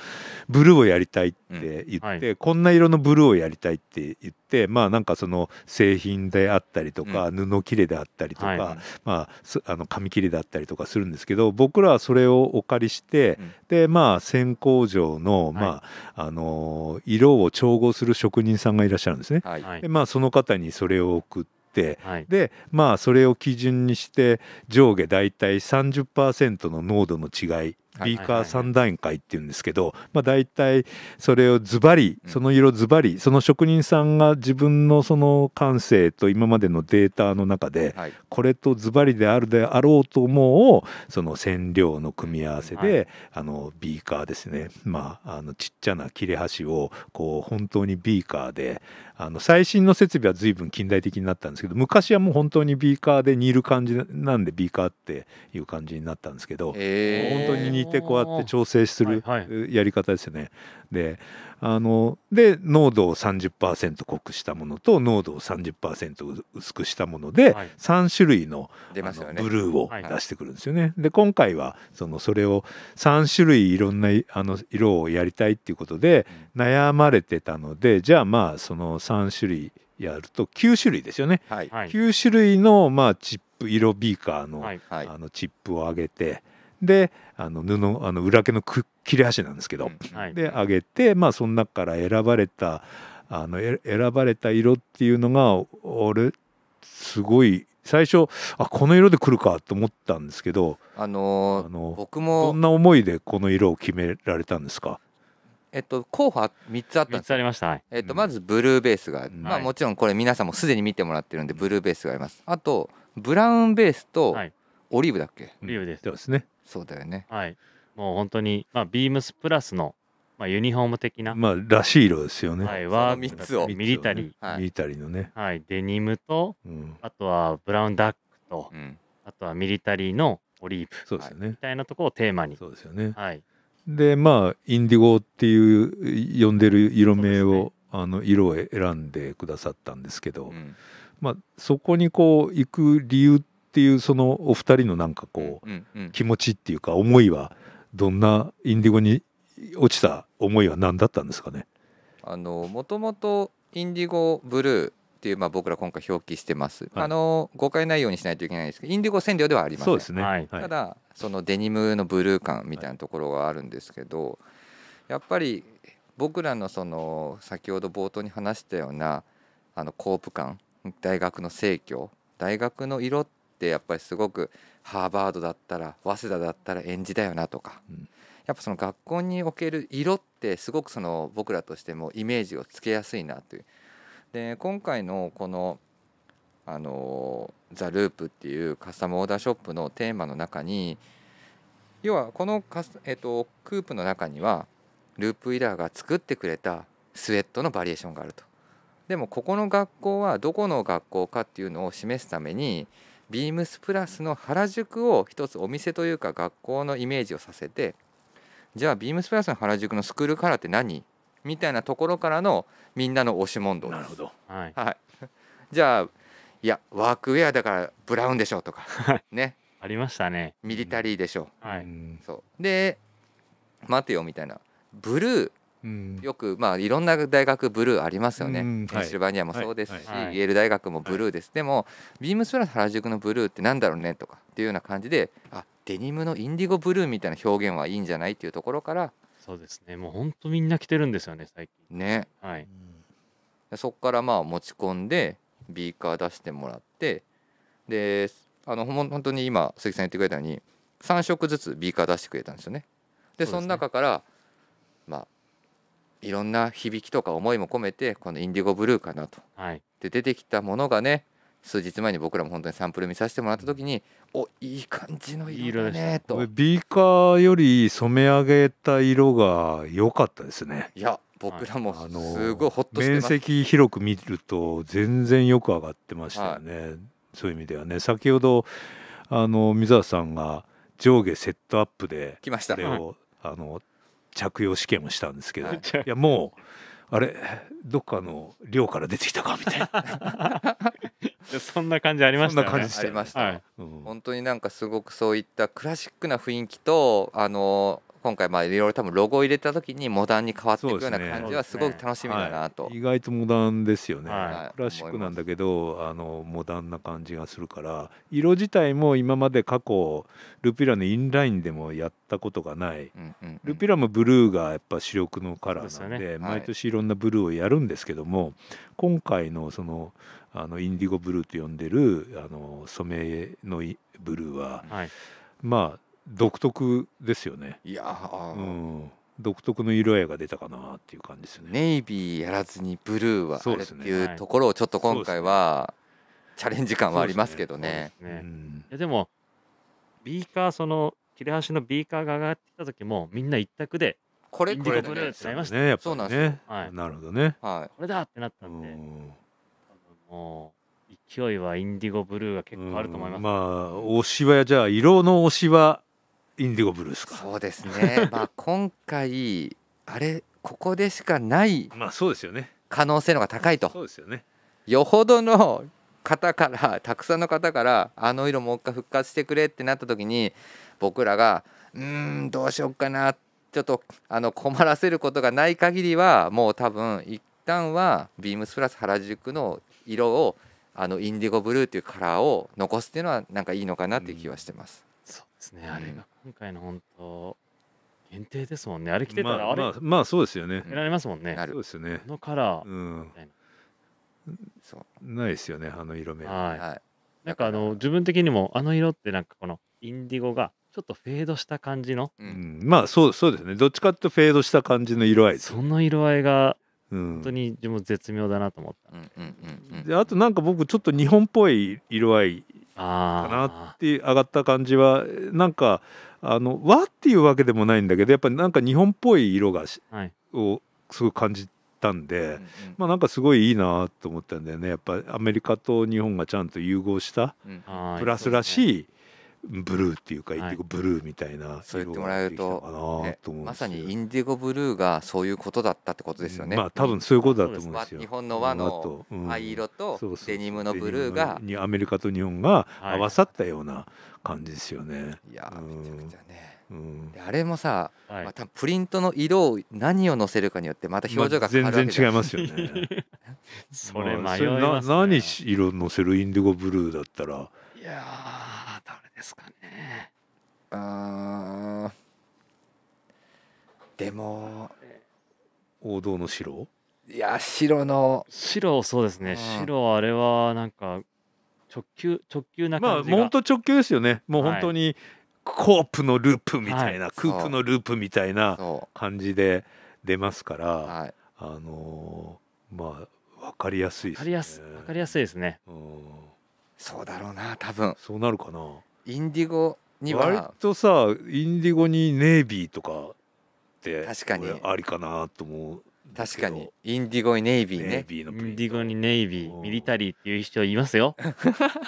C: ブルーをやりたいって言って、
A: うんは
C: こんな色のブルーをやりたいって言ってまあなんかその製品であったりとか、布切れであったりとか、
A: はい
C: まあ、すあの紙切れであったりとかするんですけど僕らはそれをお借りして、
B: うん
C: でまあ線工場の、
A: い
C: まああのー色を調合する職人さんがいらっしゃるんですね。
B: はい、
A: はい
C: でまあその方にそれを送って、
A: はい
C: でまあそれを基準にして上下大体30%の濃度の違い
B: はい
C: ビーカ
A: はいはいは
C: ー
A: い
C: 3段階っていうんですけど、まあ、大体それをズバリその色ズバリその職人さんが自分のその感性と今までのデータの中で
B: はい
C: これとズバリであるであろうと思うをその染料の組み合わせで、
A: は
C: あのビーカーですねまああのちっちゃな切れ端をこう本当にビーカーであの最新の設備は随分近代的になったんですけど昔はもう本当にビーカーで煮る感じなんでビーカーっていう感じになったんですけど、
B: えー
C: 本当に煮てこうやって調整する
A: はいは
C: やり方ですよね。であので濃度を30%濃くしたものと濃度を30%薄くしたもので、
A: はい
C: 3種類の
B: 出ましたよ
C: あ
B: ね
C: のブルーを
A: はい
C: 出してくるんですよね。で今回はそのそれを3種類いろんなあの色をやりたいっていうことで悩まれてたのでじゃあまあその3種類やると9種類ですよね。
B: はい
A: はい
C: 9種類のまあチップ色ビーカーの、
A: はい
B: はい
C: あのチップを上げてであの布あの裏毛のく切れ端なんですけど、
B: うん
A: はい
C: で上げてまあその中から選ばれたあのえ選ばれた色っていうのがお俺すごい最初あこの色で来るかと思ったんですけど
B: あ
C: あ
B: のー
C: の
B: 僕
C: ど
B: も
C: んな思いでこの色を決められたんですか
B: えっと候補は3つあったん
A: 三
B: です
A: つありましたはい
B: えっと、
C: うん
B: まずブルーベースがある、
C: うん
B: まあ、
A: はい
B: もちろんこれ皆さんもすでに見てもらってるんでブルーベースがありますあとブラウンベースと
A: はい
B: オリーブだっけ
A: 理由です
C: そうですね。
B: そうだよね
A: はいもう本当にまあビームスプラスのまあユニフォーム的な
C: まあらしい色ですよね。
A: はい
B: その
A: ワ
B: 三
A: ークだっ
B: つを
A: たりミリタリー
B: はい
C: ミリタリーのね。
A: はいデニムと
C: うん、
A: あとはブラウンダックと
B: うん
A: あとはミリタリーのオリーブ
C: そうですよね
A: み。たいなところをテーマに
C: そうですよね。
A: はい
C: でまあインディゴっていう呼んでる色名を、
A: そうです
C: あの色を選んでくださったんですけ
B: う
C: ど、
B: ん
C: まあ、そこにこう行く理由っていうそのお二人のなんかこう、
B: うんうん
C: 気持ちっていうか思いはどんなインディゴに落ちた思いは何だったんですかね。
B: あのもともとインディゴブルーっていう、まあ、僕ら今回表記してます、
C: はい
B: あの誤解ないようにしないといけないんですけどインディゴ染料ではありません
C: そうですね。
A: はい
B: ただそのデニムのブルー感みたいなところがあるんですけど、やっぱり僕らのその先ほど冒頭に話したようなあのコープ感大学の生協大学の色ってやっぱりすごくハーバードだったら早稲田だったら演じだよなとか、
C: うん
B: やっぱその学校における色ってすごくその僕らとしてもイメージをつけやすいなという。で今回のこのあのザ・ループっていうカスタムオーダーショップのテーマの中に要はこのカス、えっとクープの中にはループイラーが作ってくれたスウェットのバリエーションがあるとでもここの学校はどこの学校かっていうのを示すためにビームスプラスの原宿を一つお店というか学校のイメージをさせてじゃあビームスプラスの原宿のスクールカラーって何みたいなところからのみんなの推し問答です
C: なるほど
A: はい。
B: はい、じゃあいやワークウェアだからブラウンでしょうとか、ね
A: ありましたね。
B: ミリタリーでしょ
A: は
C: う
A: い。
B: うんそうで待てよみたいなブルー
C: うん
B: よくまあいろんな大学ブルーありますよね、
C: うん
B: ペンシルバニアもそうですし、
A: はいはい
B: イェール大学もブルーです、でもビームスプラス原宿のブルーってなんだろうねとかっていうような感じであデニムのインディゴブルーみたいな表現はいいんじゃないっていうところから
A: そうですね。もう本当みんな着てるんですよね、最近。
B: ね
A: はい。
B: そこからまあ持ち込んでビーカー出してもらってであのほん本当に今鈴木さん言ってくれたように3色ずつビーカー出してくれたんですよね。
A: そ
B: で
A: うですね
B: その中からまあいろんな響きとか思いも込めてこのインディゴブルーかなと。
A: はい。
B: で出てきたものがね数日前に僕らも本当にサンプル見させてもらった時においい感じの色だ
A: いい色で
B: ね
A: した
C: ことれ
B: い
C: ビーカーより染め上げた色が良かったですね
B: や僕らも
C: あの
B: すごいホッとしてま
C: 面
B: す、
C: 積広く見ると全然よく上がってましたよね、そういう意味ではね先ほどあの水原さんが上下セットアップで
B: 来まし
C: こ
B: た
C: れ
B: は
C: を、あの着用試験をしたんですけど、
B: はいい、
C: やもうあれどっかの寮から出てきたかみ たいな、
A: でそんな感じありました
C: そんな
A: よ
C: 感
A: ね
C: じ。
B: ありました、
A: はい。
C: うん
B: 本当になんかすごくそういったクラシックな雰囲気とあの今回まあいろいろ多分ロゴを入れた時にモダンに変わっていくような
C: そうですね
B: 感じはすごく楽しみだなと、
C: 意外とモダンですよね、
A: はい
C: クラシックなんだけどあのモダンな感じがするから色自体も今まで過去ルピラのインラインでもやったことがない
B: うんうんうん
C: ルピラもブルーがやっぱ主力のカラー
A: そ
C: な
A: うんで
C: です
B: ねはい
C: 毎年いろんなブルーをやるんですけども、今回のそのあのインディゴブルーと呼んでるあの染めのいブルーは
A: はい。
C: まあ独特ですよね、
B: いやー、
C: うん、独特の色合いが出たかなっていう感じですよね。
B: ネイビーやらずにブルーは
C: そ
B: あ
C: う
B: れ
C: で
B: っ
C: す
B: て
C: ね
B: いうところをちょっと今回はチャレンジ感はありますけどね
A: そうです
C: う
A: ね。
C: ん
A: いやでも、ビーカー、その、切れ端のビーカーが上がってきた時も、みんな一択で、
B: こ
A: イ
B: れ
A: ン
B: こ
A: ディ
B: れ
A: ゴ
B: だ
A: ブルー
B: ね
A: ってなりました。
C: ねやっ
B: そ
C: ぱ
B: うなん
C: り
B: ですよ
C: ね
A: はい。
C: なるほどね。
B: は
A: これだってなった
C: うん
A: で、
C: ん
A: もう、勢いはインディゴブルーが結構あると思います。
C: うんまあ推しはじゃあ色の推しはインディゴブルーです
B: い
C: か。
B: そうですねまあ今回あれここでしかない
C: まあそうですよね。
B: 可能性の方が高いと
C: そうですよね。
B: よほどの方からたくさんの方からあの色もう一回復活してくれってなった時に僕らがうーんどうしようかなちょっとあの困らせることがない限りはもう多分一旦はビームスプラス原宿の色をあのインディゴブルーっていうカラーを残すっていうのはなんかいいのかなっていう気はしてます。
A: そうです
B: う
A: ね、
B: ん
A: あれが今回の本当、限定ですもんね。あれ着てた
C: ま
A: ら、
C: あ
A: あれ、
C: まあまあそうですよね。
A: 着られますもんね。
B: な
A: あ
B: る
C: そうですよね。
A: のカラー、
C: うん。
B: そう
C: ないですよねあの色目。
A: はい。
B: はい、
A: なんかあの、自分的にも、あの色ってなんかこの、インディゴが、ちょっとフェードした感じの、
B: う
C: うんん、まあそうそうですね。どっちかっていうとフェードした感じの色合いです。
A: その色合いが、
C: うん
A: 本当に自分も絶妙だなと思った。
B: うんうんうんうん
C: であとなんか僕ちょっと日本っぽい色合いかな
A: あ
C: って上がった感じはなんかあの和っていうわけでもないんだけどやっぱりなんか日本っぽい色がし
A: あ。はい。
C: をすごい感じたんで、
B: うんうん
C: まあなんかすごいいいなと思ったんだよねやっぱアメリカと日本がちゃんと融合した
B: うん
A: はい
C: プラスらしいブルーっていうか、
A: はい
C: インディゴブルーみたいな
B: そう言って
C: 色
B: もらえ
C: が
B: る
C: 出てきた
B: と
C: かなと思うん
B: ね
C: ですよ
B: まさにインディゴブルーがそういうことだったってことですよね。
C: まあ多分そういうことだと思うん
B: 和
C: ですよ。
B: 日本の和の
C: 和と
B: 藍色と
C: そうそうそう
B: デニムのブルーが
C: デニムのにアメリカと日本が
A: はい
C: 合わさったような感じですよね。
B: いやーめちゃくちゃね
C: うん
B: であれもさ、
A: はい
B: またプリントの色を何を乗せるかによってまた表情が変わるわけ
C: 全
B: じゃ
C: 然
B: ん
C: 違いますよね。
A: それ迷い
C: まあ
A: ます、
C: そ
A: ね
C: れな何色乗せるインディゴブルーだったら
A: いやー、誰ですかね。
B: うーんでも
C: 王道の白？
B: いや白の
A: 白、そうですね。
B: うん
A: 白、あれは、なんか、直球、直球な
C: まあ
A: 感じが。
C: 本当直球ですよね。もう本当にコープのループみたいな、クー
B: そ
C: プ
B: う
C: のループみたいな
B: そ
C: 感じで出ますから、
B: うはい
C: あのーまあ分かりやすいで
A: か
C: す
A: り
C: ね。
A: やすわかりやすいですね
C: うん
B: そうだろうな多分
C: そうなるかな。
B: インディゴに
C: 割
B: は
C: とさインディゴにネイビーとかって
B: 確かに
C: 俺ありかなと思うんだ
B: 確
C: けど
B: かにインディゴにネイビー
C: ネイ
B: ね
C: ビー
A: イ
C: のプリン
A: ンディゴにネイビー
C: うん
A: ミリタリーっていう人いますよ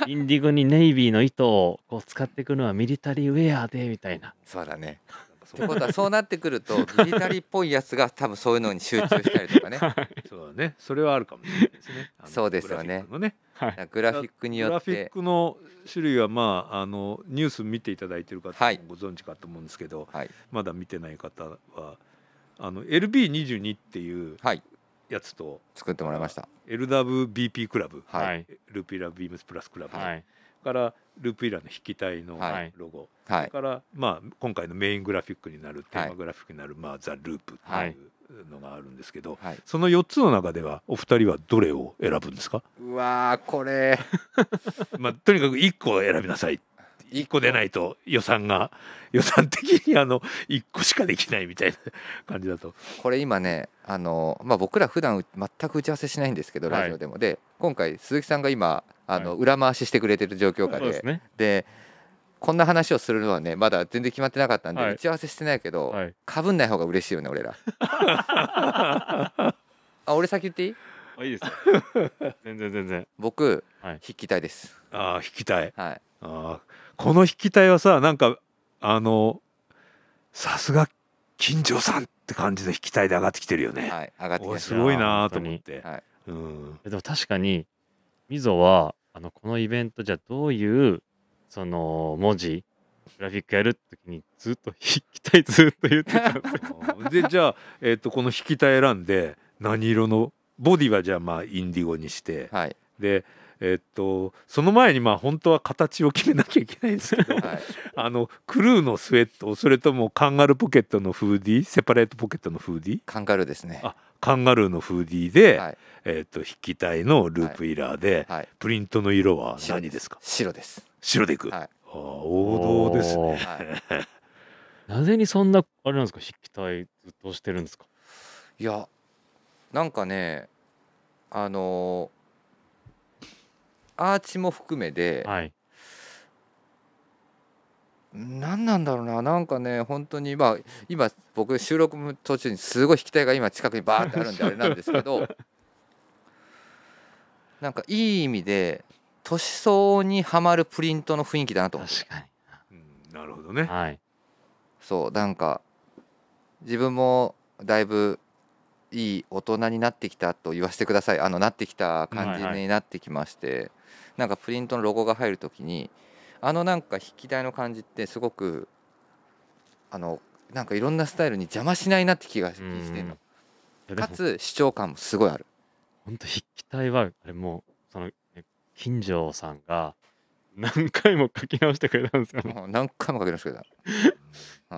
A: インディゴにネイビーの糸をこう使っていくのはミリタリーウェアでみたいな
B: そうだね
C: そ
B: って
C: う
B: ことはそうなってく るとミリタリーっぽいやつが多分そういうのに集中したりとかね
C: そうだねそれはあるかもしれないですね。あの
B: そうですよね
C: グラフィックのね
A: はい
B: グラフィックに
C: グ
B: よ
C: ラ
B: っ
C: フィッ
B: て
C: クの種類はまああのニュース見ていただいてる方も
B: はい
C: ご存知かと思うんですけど、
B: はい
C: まだ見てない方はあの LB22 っていう
B: はい
C: やつと
B: 作ってもらいました
C: LWBP クラブ、
B: はい
A: はい
C: ループイラービームスプラスクラブ、
A: はい
C: からループイラーの引き体の
B: はい
C: ロゴ、
B: は
C: それ
B: い
C: から、まあ、今回のメイングラフィックになるテ
B: はい
C: ーマグラフィックになる、まあ、ザ・ループ
A: は
C: っ
A: い
C: ていうのがあるんですけど、
B: はい
C: その4つの中ではお二人はどれを選ぶ んですか、
B: うわーこれ
C: まあ、とにかく1個を選びなさい1個でないと予算が予算的にあの1個しかできないみたいな感じだと。
B: これ今ねあの、まあ、僕ら普段う全く打ち合わせしないんですけど
A: はい
B: ラジオでも、で今回鈴木さんが今あの、裏回ししてくれてる状況下
A: そう
B: で
A: ですね
B: でこんな話をするのはねまだ全然決まってなかったんで、
A: はい
B: 打ち合わせしてないけど、
A: はい
B: かぶんない方が嬉しいよね俺らあ俺先言っていい
A: あいいですよ全然全然
B: 僕、
A: はい
B: 筆記体です
C: ああ引き体
B: はい
C: あーこの引き体はさなんかあのさすが金城さんって感じの引き体で上がってきてるよね。
B: はい上がってき
C: お
B: ま
C: い
B: し
C: すごいなーと思ったて。
B: はい、
C: うん、
A: でも確かにみぞはあのこのイベントじゃどういうその文字グラフィックやるときにずっと筆記体ずっと言ってたん ですよ
C: でじゃあ、えっとこの引き体選んで何色のボディはじゃあまあインディゴにして
B: はい
C: で、えっとその前にまあ本当は形を決めなきゃいけないんですけ ど
B: はい
C: あのクルーのスウェットそれともカンガルーポケットのフーディーセパレートポケットのフーディー
B: カンガルーですね
C: あカンガルーのフーディーで、
B: はい
C: えっと引き体のループイラーで、
B: はい
C: プリントの色は
B: 白
C: 何ですか
B: 白です
C: 白でいく、
B: はい
C: あー王道ですね
A: おー
B: はい
A: なぜにそんなあれなんですか筆記体ずっと押してるんですか
B: いやなんかねあのーアーチも含めで、
A: はい
B: 何なんだろうななんかね本当にまあ今僕収録の途中にすごい引き体が今近くにバーって あるんであれなんですけどなんかいい意味で年相応にはまるプリントの雰囲気だなと思って
A: 確か
C: うんなるほどね
A: にはい
B: そうなんか自分もだいぶいい大人になってきたと言わせてくださいあのなってきた感じ
A: はいはい
B: になってきまして、なんかプリントのロゴが入るときにあのなんか筆記体の感じってすごくあのなんかいろんなスタイルに邪魔しないなって気がして
A: うん
B: るの
A: いやで
B: か
A: も
B: つ主張感もすごいある
A: 本当筆記体はあれもうそのね金城さんが何回も書き直してくれたんですよね、
B: もう何回も書き直してくれは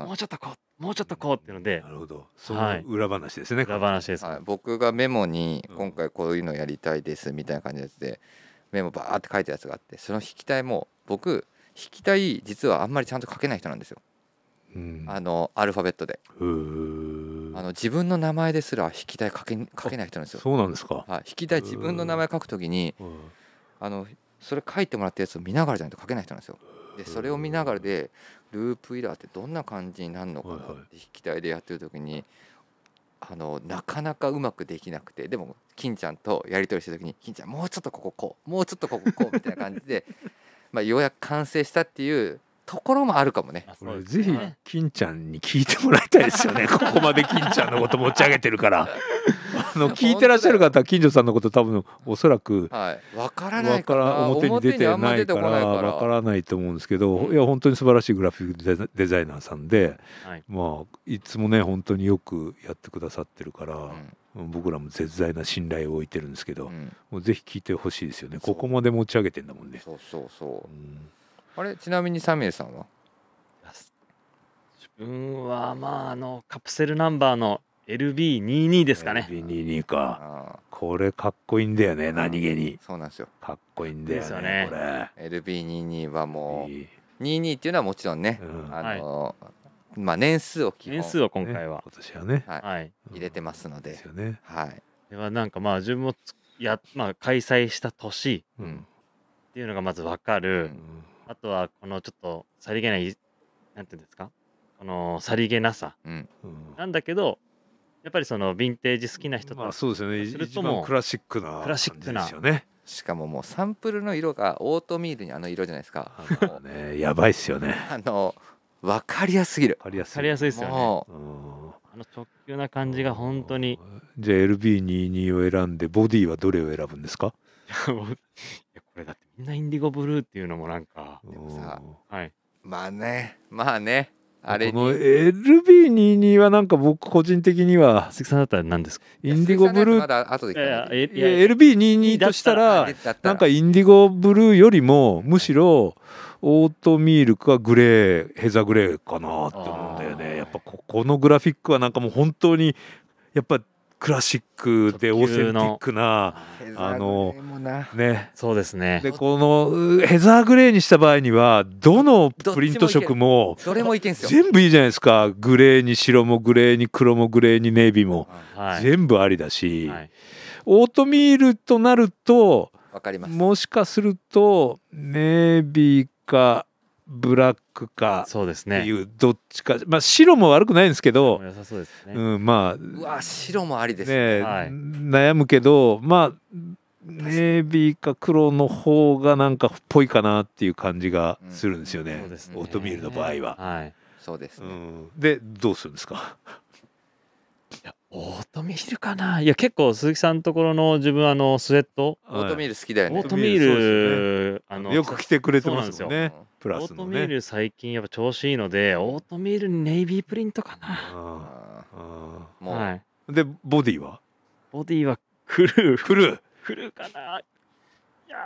B: い
A: もうちょっとこうもうちょっとこうっていうので
C: なるほどその裏話ですね、
A: 裏話です
B: た、
A: ね、
B: はい、僕がメモに
C: うん
B: 今回こういうのやりたいですみたいな感じのやつでメモバーって書いたやつがあってその筆記体も僕筆記体実はあんまりちゃんと書けない人なんですよ
C: うん
B: あのアルファベットで、
C: うー
B: あの自分の名前ですら筆記体書け書けない人なんですよ。
C: そうなんですか、
B: はい、筆記体自分の名前書くときに
C: うん
B: あのそれ書いてもらったやつを見ながらじゃないと書けない人なんですよ。でそれを見ながらでループイラーってどんな感じになるのかなって
C: はいはい
B: 筆記体でやってるときにあのなかなかうまくできなくてでも金ちゃんとやり取りしたときに金ちゃんもうちょっとこここうもうちょっとこここうみたいな感じで まあようやく完成したっていうところもあるかもね。
A: あ
C: こ
A: そ
C: れ
A: うです
C: ぜ
A: ね
C: ひ金ちゃんに聞いてもらいたいで すよねここまで金ちゃんのこと持ち上げてるからあの聞いてらっしゃる方は金城さんのこと多分おそらく
B: はい、わからな
C: わ
B: いか
C: からら表に出て
B: あんま
C: な
B: 出
C: い
B: て
C: か
B: こ
C: ら
B: ないから
C: わからないと思うんですけど、
B: うん
C: いや本当に素晴らしいグラフィックデザデザイナーさんで、
A: はい
C: まあいつもね本当によくやってくださってるから、僕らも絶大な信頼を置いてるんですけど、
B: うんうん
C: もうぜひ聞いてほしいですよね
B: そう
C: ここまで持ち上げてんだもんね。
B: そうそうそう
C: うん
B: あれちなみにサミュエルさんは
A: 自分はまああのカプセルナンバーの LB22 ですかね。
C: LB22 か
B: あ
C: これかっこいいんだよね何気に
B: ーそうなんですよ
C: かっこいいんだよね
A: ですよね
C: これ。
B: LB22 はも
C: いいう
B: 22っていうのはもちろんね、
C: うん
B: あのまあ、年数を基本
A: 年数を今回は
C: ね、今年はね、
B: はい
A: はい
C: うん
B: 入れてますの
C: で、
B: です
C: よね、
B: はい
A: ではなんかまあ自分もつや、まあ、開催した年
B: うん
A: っていうのがまず分かる、
B: うん
A: あとはこのちょっとさりげないなんていうんですかこのさりげなさ
B: うん
C: うん
A: なんだけどやっぱりそのヴィンテージ好きな人
C: ま
A: た
C: あ
A: ち、
C: そうですよね
A: する
C: 一
A: ともう
C: 番クラシックな
A: クラシックな
C: 感じですよね
B: しかももうサンプルの色がオートミールにあの色じゃないですか
C: あのねやばいっすよね
B: あの分かりやすすぎる
C: わかりやすい
A: されやすいですよね
B: も
C: うん
A: あの直球な感じが本当に
C: じゃあ LB22 を選んでボディはどれを選ぶんですか
A: もういやこれだってみんなインディゴブルーっていうのもなんか
B: でもさ
C: うん
A: はいう
B: まあねまあねあれ
C: こ
B: に
C: の LB22 はなんか僕個人的には
A: 鈴木さんだったら何ですか
C: インディゴブル
B: ま
C: ー
B: だ後で
A: いやいや
C: い
A: い
C: や
A: や
C: LB22 とした
A: だ
C: ら
A: った
C: なんかインディゴブルーよりもむしろオートミールかグレーヘザグレーかなって思うんだよ
A: あ
C: ね
A: ー
C: やっぱここのグラフィックはなんかもう本当にやっぱクラシックでオーセンティックなあのね
A: そうですね
C: でこのうヘザーグレーにした場合にはどのプリント色も
B: どれもいけんすよ
C: 全部いいじゃないですかグレーに白もグレーに黒もグレーにネイビーも
A: はい
C: 全部ありだし、
A: はい
C: オートミールとなると
B: わかります
C: もしかするとネイビーかブラックか
A: そうです
C: ってい
A: ね
C: うどっちか、まあ白も悪くないんですけ
A: も
C: ど
A: う、良さそうですね、
C: うん、ま
B: う
C: あ
B: わ白もありですね
C: ね、
A: はい
C: 悩むけどまあネイビーか黒の方がなんかっぽいかなっていう感じがするんですよね
A: そう、ですね
C: オートミールの場合は。
A: はい
B: そうです
C: う
B: ね、
C: ん、でどうするんですか、
A: いやオートミールかないや結構鈴木さんのところの自分あのスウェット
B: オートミー
C: ル、
B: ル好きだよ
A: オ
B: ね
A: ートミ
C: オートミールそう
A: ールあの
C: よく来てくれてますもん
A: ト
C: ねプラ
A: オ
C: ス
A: ート
C: の
A: ミー
C: ね。
A: ル最近やっぱ調子いいのでオートミールにネイビープリントかな
B: うん
C: あーあ
B: もう、
A: はい、
C: ーでボディは
A: ボディはクルー
C: クルー
A: クルーかないや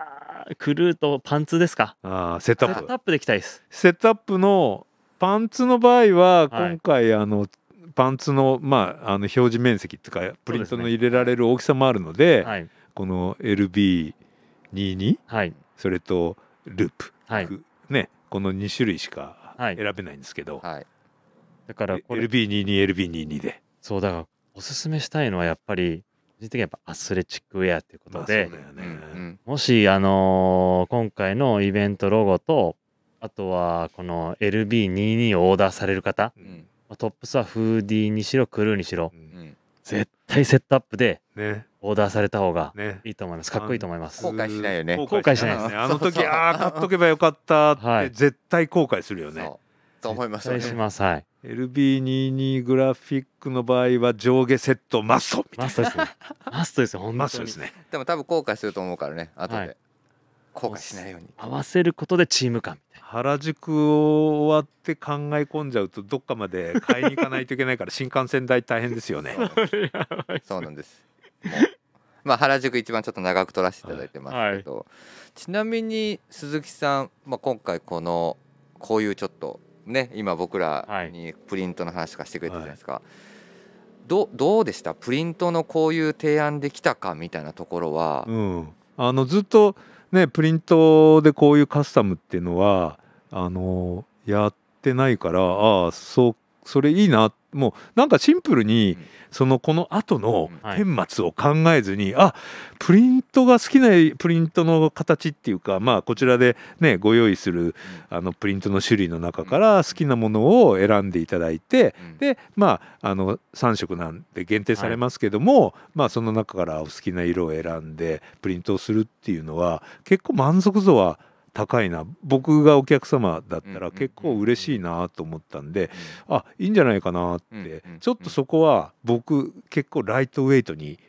A: ークルーとパンツですか
C: あーセット
A: セ
C: アッ
A: ッ
C: プ
A: トアップできたいです
C: セットアップのパンツの場合は
A: はい
C: 今回あの、パンツの,、まあ、あの表示面積っていうかプリントの入れられる大きさもあるので
A: はい
C: この LB22
A: はい
C: それとループ、
A: はい
C: ね、この2種類しか
A: はい
C: 選べないんですけど、
B: はい
A: だからこれ
C: LB22LB22 で
A: そうだからおすすめしたいのはやっぱり個人的にはやっぱアスレチックウェアっていうことで、
C: まあそうだよ
B: う
C: ね、
B: ん
A: もし、あのー今回のイベントロゴと、あとはこの LB22 をオーダーされる方、
B: う
C: うんん
A: まあトップスはフーディーにしろ、クルーにしろ
C: う、
B: うんうんん
A: 絶対セットアップで
C: ね
A: オーダーされた方が
C: ね
A: いいと思います。かっこいいと思います
B: 後。悔しないよね
C: 後悔しないで
B: 後悔
C: すね
B: しない
C: あの時ああ買っとけばよかったっ
A: は
C: て
A: い
C: 絶対後悔するよね、
B: そうと思います
A: 失
B: よ
A: 礼
B: ね
A: します。はい。
C: LB22 グラフィックの場合は上下セットマストみたい
A: マストですね。マストですよ、本当
C: な
A: に。
C: マストですね
B: でも多分後悔すると思うからね後で、
A: はい
B: 後悔しないように
A: 合わせることでチーム感みたいな。
C: 原宿を終わって考え込んじゃうとどっかまで買いに行かないといけないから新幹線代大変ですよね
B: そうなんですもう まあ原宿一番ちょっと長く取らせていただいてますけど、ちなみに鈴木さん、まあ、今回このこういうちょっとね今僕らにプリントの話とかしてくれたじゃないですか、どどうでしたプリントのこういう提案できたかみたいなところは、
C: うんあのずっとねプリントでこういうカスタムっていうのはあのやってないからああそうそれいいなもうなんかシンプルに、
B: うん
C: そのこの後の、
B: うん
A: はい。
C: 顛末を考えずに、あプリントが好きなプリントの形っていうか、まあ、こちらで、ね、ご用意するあのプリントの種類の中から好きなものを選んでいただいて
B: うん
C: で、まあ、あの3色なんで限定されますけども、まあ、その中からお好きな色を選んでプリントをするっていうのは結構満足度は高いな僕がお客様だった
B: うん
C: ら結構嬉しいなと思ったんで
B: うん
C: あいいんじゃないかなっ
B: うんうん
C: て
B: うん
C: ちょっとそこは僕結構ライトウェイトに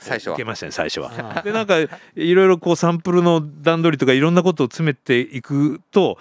B: 最初は
C: 受けましたね最初は。
A: あ
C: でなんかいろいろこうサンプルの段取りとかいろんなことを詰めていくと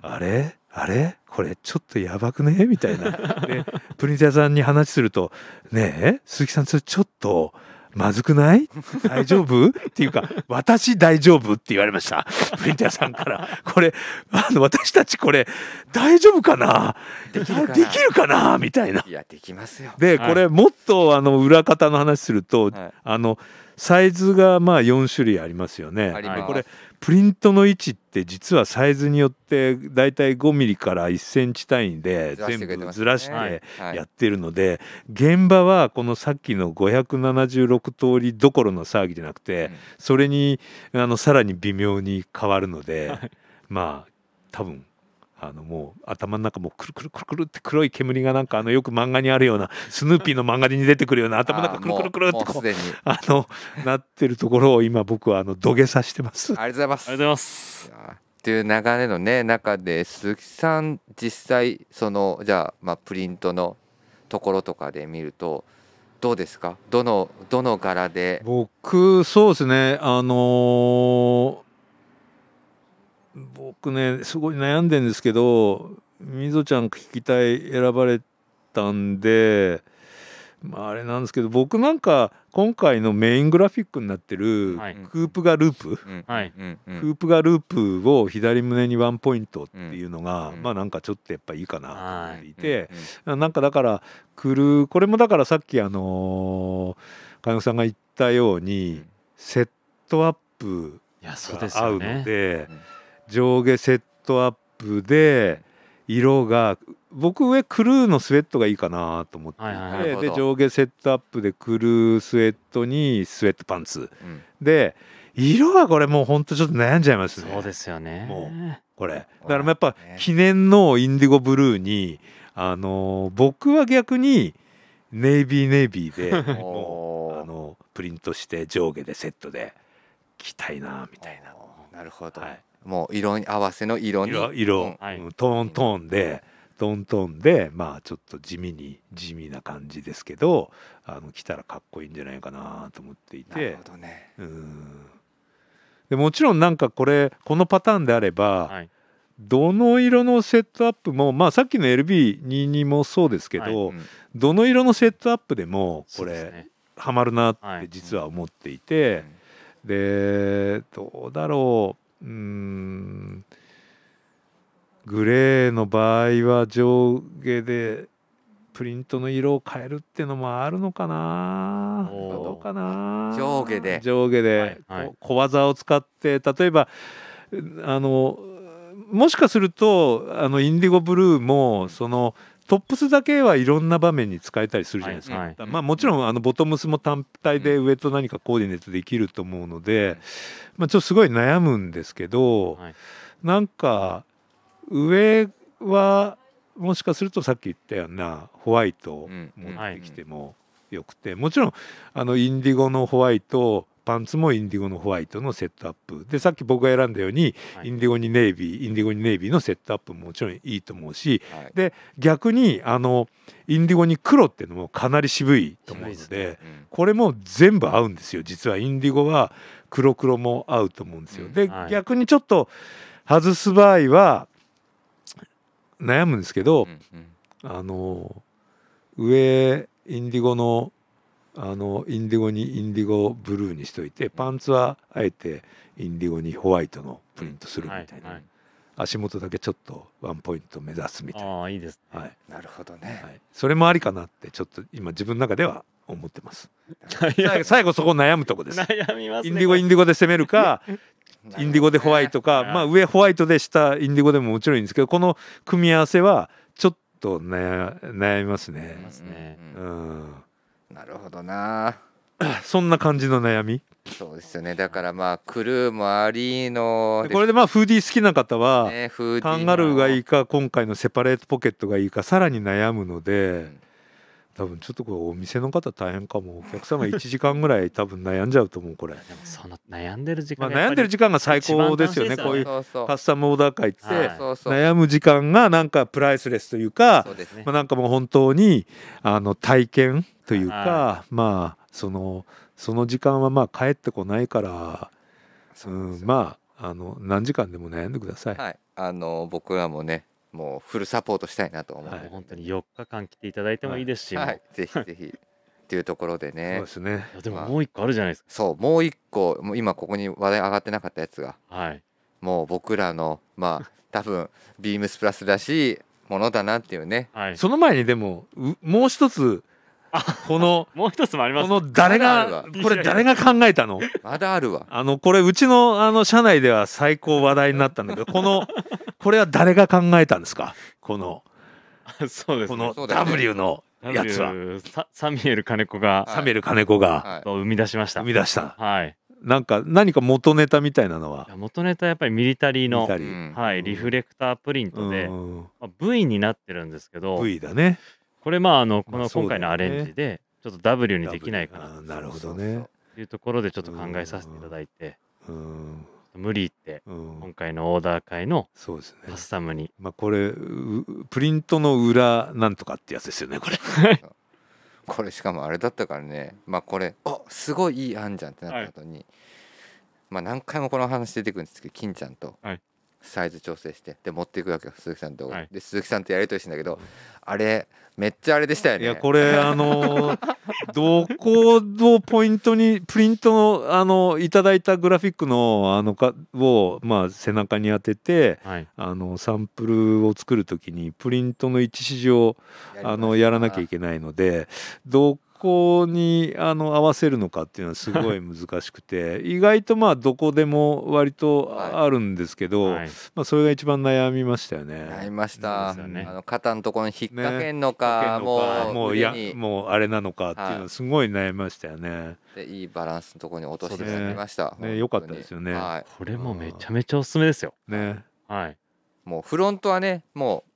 B: うんうん
C: あれあれこれちょっとやばくねみたいな。 でプリンターさんに話すると「ねえ鈴木さんそれちょっとまずくない大丈夫?」っていうか「私大丈夫?」って言われましたプリンターさんから「これあの私たちこれ大丈夫かな
B: できるかな。
C: できるかな?」みたいない
B: やできますよ
C: で
A: はい
C: これもっとあの裏方の話する
B: は
C: と
B: い
C: あのサイズがまあ4種類ありますよね
B: あり
A: は
B: ま
A: い
B: す。
A: こ
C: れプリントの位置って実はサイズによってだいたい5ミリから1センチ単位で
B: ずらして
C: 全
B: くれて
C: 部
B: ます
C: ず
B: ね
C: らして
A: はい
B: はい
C: やってるので現場はこのさっきの576通りどころの騒ぎじゃなくて
B: うん
C: それにあのさらに微妙に変わるので、まあ多分あのもう頭の中もうくるくるくるくるって黒い煙がなんかあのよく漫画にあるようなスヌーピーの漫画に出てくるような頭 の
B: あ
C: 中
B: ー
C: くるくるくる
B: も
C: っ
B: う
C: て
B: もう
C: こ
B: す
C: う
B: でに
C: あのなってるところを今僕はあの土下座してます。
B: ありがとうございます
A: ありがとうございます。
B: いやーっていう流れのね中で鈴木さん実際そのじゃあ,、まあプリントのところとかで見るとどうですかどのどの柄で
C: 僕そうですねあのー僕ねすごい悩んでんですけどみぞちゃん聞きたい選ばれたんで、まあ、あれなんですけど僕なんか今回のメイングラフィックになってる、
A: はい
C: クープがループ、
B: うん
A: はい
B: うんう
C: ク
B: ん
C: ープがループを左胸にワンポイントっていうのが、
B: うん
C: まあなんかちょっとやっぱいいかなと
A: は
C: 思って
A: い。
C: いて。なんかだから来るこれもだからさっきあのー金子さんが言ったよう
B: う
C: に
B: ん
C: セットアップ
A: いや、そうです
C: が合
A: よ
C: うの
A: ね。
C: で
B: うん
C: 上下セットアップで色が僕上クルーのスウェットがいいかなと思ってい
A: はいはい
B: はいなる
C: て
B: ほ
C: で
B: ど
C: 上下セットアップでクルースウェットにスウェットパンツ
B: うんうん
C: で色はこれもうほんとちょっと悩んじゃいますね
A: そうですよね。
C: も
A: う
C: これだ
B: ほ
C: かららやっぱ
B: ね
C: 記念のインディゴブルーにあのー僕は逆にネイビーネイビー でもう
B: お
C: あ
B: ー
C: のプリントして上下でセットで着たいなみたい
B: おーなるほど、
C: はい
B: もう色に合わせの色
C: な
B: に
C: 色色、
B: うん
A: はい
C: うんトーントーンでトーントーンでまあちょっと地味に地味な感じですけどあの着たらかっこいいんじゃないかなと思ってい
B: なる
C: て
B: ほどね
C: うんでもちろんなんかこれこのパターンであれば、
A: はい。
C: どの色のセットアップも、まあ、さっきの LB22 もそうですけど、
B: はいうん
C: どの色のセットアップでもこ
A: そうです
C: れ
A: ね。
C: ハマるなっ
A: は
C: て
A: い
C: 実は思っていて、でどうだろううーんグレーの場合は上下でプリントの色を変えるってのもあるのかな
A: おー
C: どうかな
B: 上下で
C: 上下で、
A: はいはい
C: こ小技を使って例えばうあのもしかするとあのインディゴブルーもそのトップスだけはいろんな場面に使えたりするじゃないですか、
A: はい
B: はい
C: まあ、もちろんあのボトムスも単体で
B: う
C: 上と何かコーディネートできると思うの
B: う
C: で
B: ん、
C: まあ、ちょっとすごい悩むんですけど、
A: はい
C: なんか上はもしかするとさっき言ったようなホワイトを
B: うん
C: 持っ
A: は
C: て
A: い
C: きてもよくてもちろんあのインディゴのホワイトパンツもインディゴのホワイトのセットアップでさっき僕が選んだように、
A: はい
C: インディゴにネイビーインディゴにネイビーのセットアップももちろんいいと思うし
B: はい
C: で逆にあのインディゴに黒っていうのもかなり渋いと思うの
A: 渋い
C: で
B: うん
C: これも全部合うんですよ実はインディゴは黒黒も合うと思うんですよ。
B: うん
C: で、
A: はい
C: 逆にちょっと外す場合は悩むんですけど、
B: うんうん
C: あの上インディゴのあのインディゴにインディゴブルーにしといてパンツはあえてインディゴにホワイトのプリントするみたいな、
A: はいはい
C: 足元だけちょっとワンポイント目指すみたいな、
A: ああ、いいですね。
C: はい
B: なるほどね
C: はい、それもありかなってちょっと今自分の中では思ってます。
A: いや
C: 最後最後そこ悩むとこで す。
A: 悩みますね。
C: インディゴイン
A: デ
C: ディゴで攻めるかインディゴでホワイト
A: は
C: か、
A: い
C: まあ、上ホワイトで下インディゴでももちろんいいんですけどこの組み合わせはちょっと悩悩みます
B: なるほどね
C: ね。
A: ますね
B: うん
C: う
B: うん
C: ん、
B: なるほどな
C: そんな感じの悩み
B: そうですよねだからまあクルーもありの
C: これでまあフーディー好きな方は、
B: ねフーディー
C: カンガルーがいい
B: か
C: か今回のセパレートポケットがいいかさらに悩むので多分ちょっとこれお店の方大変かもお客様1時間ぐらい多分悩んじゃうと思うこれ、
A: でもその悩んでる時
C: ま
A: 間
C: あ、
A: がやっ
C: 悩
A: ぱ
C: ん
A: り
C: でる時間が最高ですよね
A: 一番楽しいですよね
C: こういう
B: そうそう
C: カスタムオーダー会って、
A: はい
B: そうそう
C: 悩む時間がなんかプライスレスというか
B: そうですね
C: まあ、なんかもう本当にあの体験というか、
A: は
C: まあそのその時間はまあ帰ってこないから、う
B: そうです
C: ん、
B: よ
C: まああの何時間でも悩んでください。
B: はいあの僕らもねもうフルサポートしたいなと思う
C: はい
A: もう本当に4日間来ていただいてもいいですし、もう
B: はいいぜひぜひっていうところで
C: そう
B: ね
C: ですね。
A: やでももう一個あるじゃないですか。
B: そうもう一個もう今ここに話題上がってなかったやつが
A: はい。
B: もう僕らのまあ多分ビームスプラスらしいものだなっていうね
A: はい。
C: その前にでもうもう一つこの
A: もう一つもありま
C: こ
A: す。
C: の誰が
B: あ
A: るわ
C: これ誰が考えたの
B: まだあるわ
C: あのこれうちのあの社内では最高話題になったん だけどこのこれは誰が考えたんですかこの
A: そうです、
C: こ
A: ね。
C: の
B: そうだよね
C: W のやつは
A: W ササミュエル金子が
B: はい
C: サミュエル金子
B: は
C: が
B: い
A: 生み出しました。
C: 生み出した
A: はい。
C: なんか何か元ネタみたいなのはい
A: や元ネタはやっぱりミリタリー
C: 見
A: の
C: た、り
B: うん
A: はい、
C: うん
A: リフレクタープリントで、
C: うん
A: まあ、V になってるんですけど、
C: V だね
A: これまああのこ
C: まあ
A: の
C: そ
A: 今
C: う
A: 回
C: だよね
A: のアレンジでちょっと W にできないか
C: W
A: な
C: あーなるほどね
A: というところでちょっと考えさせていただいて、
C: うん
A: 無理言って
C: うん
A: 今回のオーダー会の
C: そうですね
A: カスタムに
C: まあこれうプリントの裏なんとかってやつですよねこれ
B: これしかもあれだったからねまあこれあすごいいい案じゃんってなった後に、まあ何回もこの話出てくるんですけど金ちゃんと
A: はい
B: サイズ調整してで持っていくわけよ鈴木さんと、
A: はい
B: で鈴木さんとやりとりしてんだけどあれめっちゃあれでしたよ
C: い
B: ね
C: やこれあの ーどこのポイントにプリントのあのいただいたグラフィックのあのかをまあ背中に当てて
A: はい
C: あのサンプルを作るときにプリントの一指示を
B: やりました
C: あのやらなきゃいけないのでどこにあの合わせるのかっていうのはす ごい難しくて意外とまあどこでも割とああるんですけど、
A: はい
C: まあ、それが一番悩みましたよ
B: やり
C: ね。
B: ました、
A: そうですよね
B: あの肩のところに引っ掛けんの
C: か
B: か、もう
C: もうい
B: 腕
C: や
B: に
C: もうあれなのかっていうのはすごい悩みましたよね。
B: でいいバランスのところに落としていただきました、
C: ねね
B: 本当
C: 良か
B: に
C: ったですよね
B: は
A: これもめちゃめちゃおすすめですよ
C: ね
A: はい
B: い、もうフロントはねもう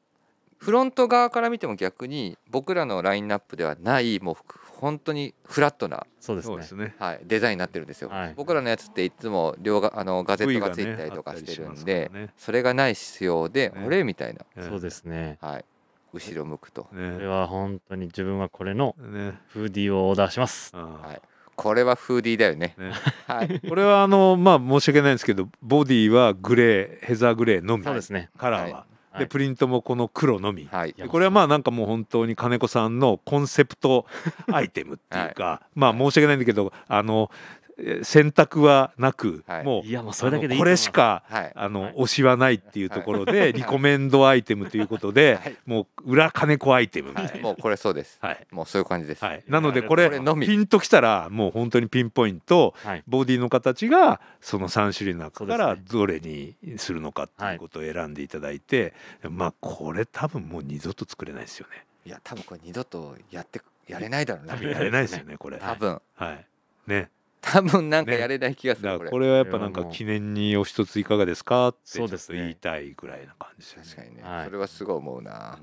B: フロント側から見ても逆に僕らのラインナップではないもう本当にフラットな、
A: そうです
C: そう
A: ね
C: ですね。
B: はい、デザインになってるんですよ、
A: はい
B: 僕らのやつっていつも両があのガゼッ
C: V
B: ト
C: が
B: がつ
C: ね
B: いてたりとかしてる
C: あったりしま
B: ん
C: す
B: で、
C: からね
B: それがない必要で、
C: ね。
B: あれみたいな、
A: そうですすね
B: はい、後ろ向くと
A: これ
C: ね。
A: は本当に自分はこれの
C: ね。
A: フーディーをオーダーします
C: あ
B: これはフーディーだよね
C: あ、
B: は
C: ね。
B: い、
C: これはあのまあ申し訳ないんですけど、ボディはグレー、ヘザーグレーのみ。
A: そうですね
C: カラーは
B: は。
A: いは
C: で
A: い
C: プリントもこの黒のみ。
B: はい
A: い、や
C: でこれはまあなんかもう本当に金子さんのコンセプトアイテムっていうか、まあ申し訳ないんだけどあのえー選択はなく、
B: はい
C: もう
A: いやもうそれだけでいい
C: あのこれしか
B: はい
C: あの、
A: はい
C: 推しはないっていうところで、リコメンドアイテムということで、
B: はい
C: もう裏金子アイテムみたいな。
B: もうこれそうです
C: はい
B: もうそういう感じです、
C: はい、なのでこ
B: こ
C: れ
B: れのみ
C: ピンときたらもう本当にピンポイント
A: はい
C: ボディの形がその3種類の
A: そ
C: 中から
A: うで
C: どれにするのかっていうことを選んでいただいて、まあこれ多分もう二度と作れないですよね。
B: いや多分これ二度とやってやれないだろうな
C: 多分やれないですよねこれ。
B: 多分
C: はいね、
B: 多分なんかやれない気がする、こ
C: だか
B: れ
C: らこれはやっぱなんか記念にお一ついかがですかってちょ
A: そ
C: っ
A: うで
C: と
A: すね
C: 言いたいぐらいな感じで
B: 確
C: す
B: か
C: よね。
B: にね、
A: はい
B: それはすごい思うな、
A: いや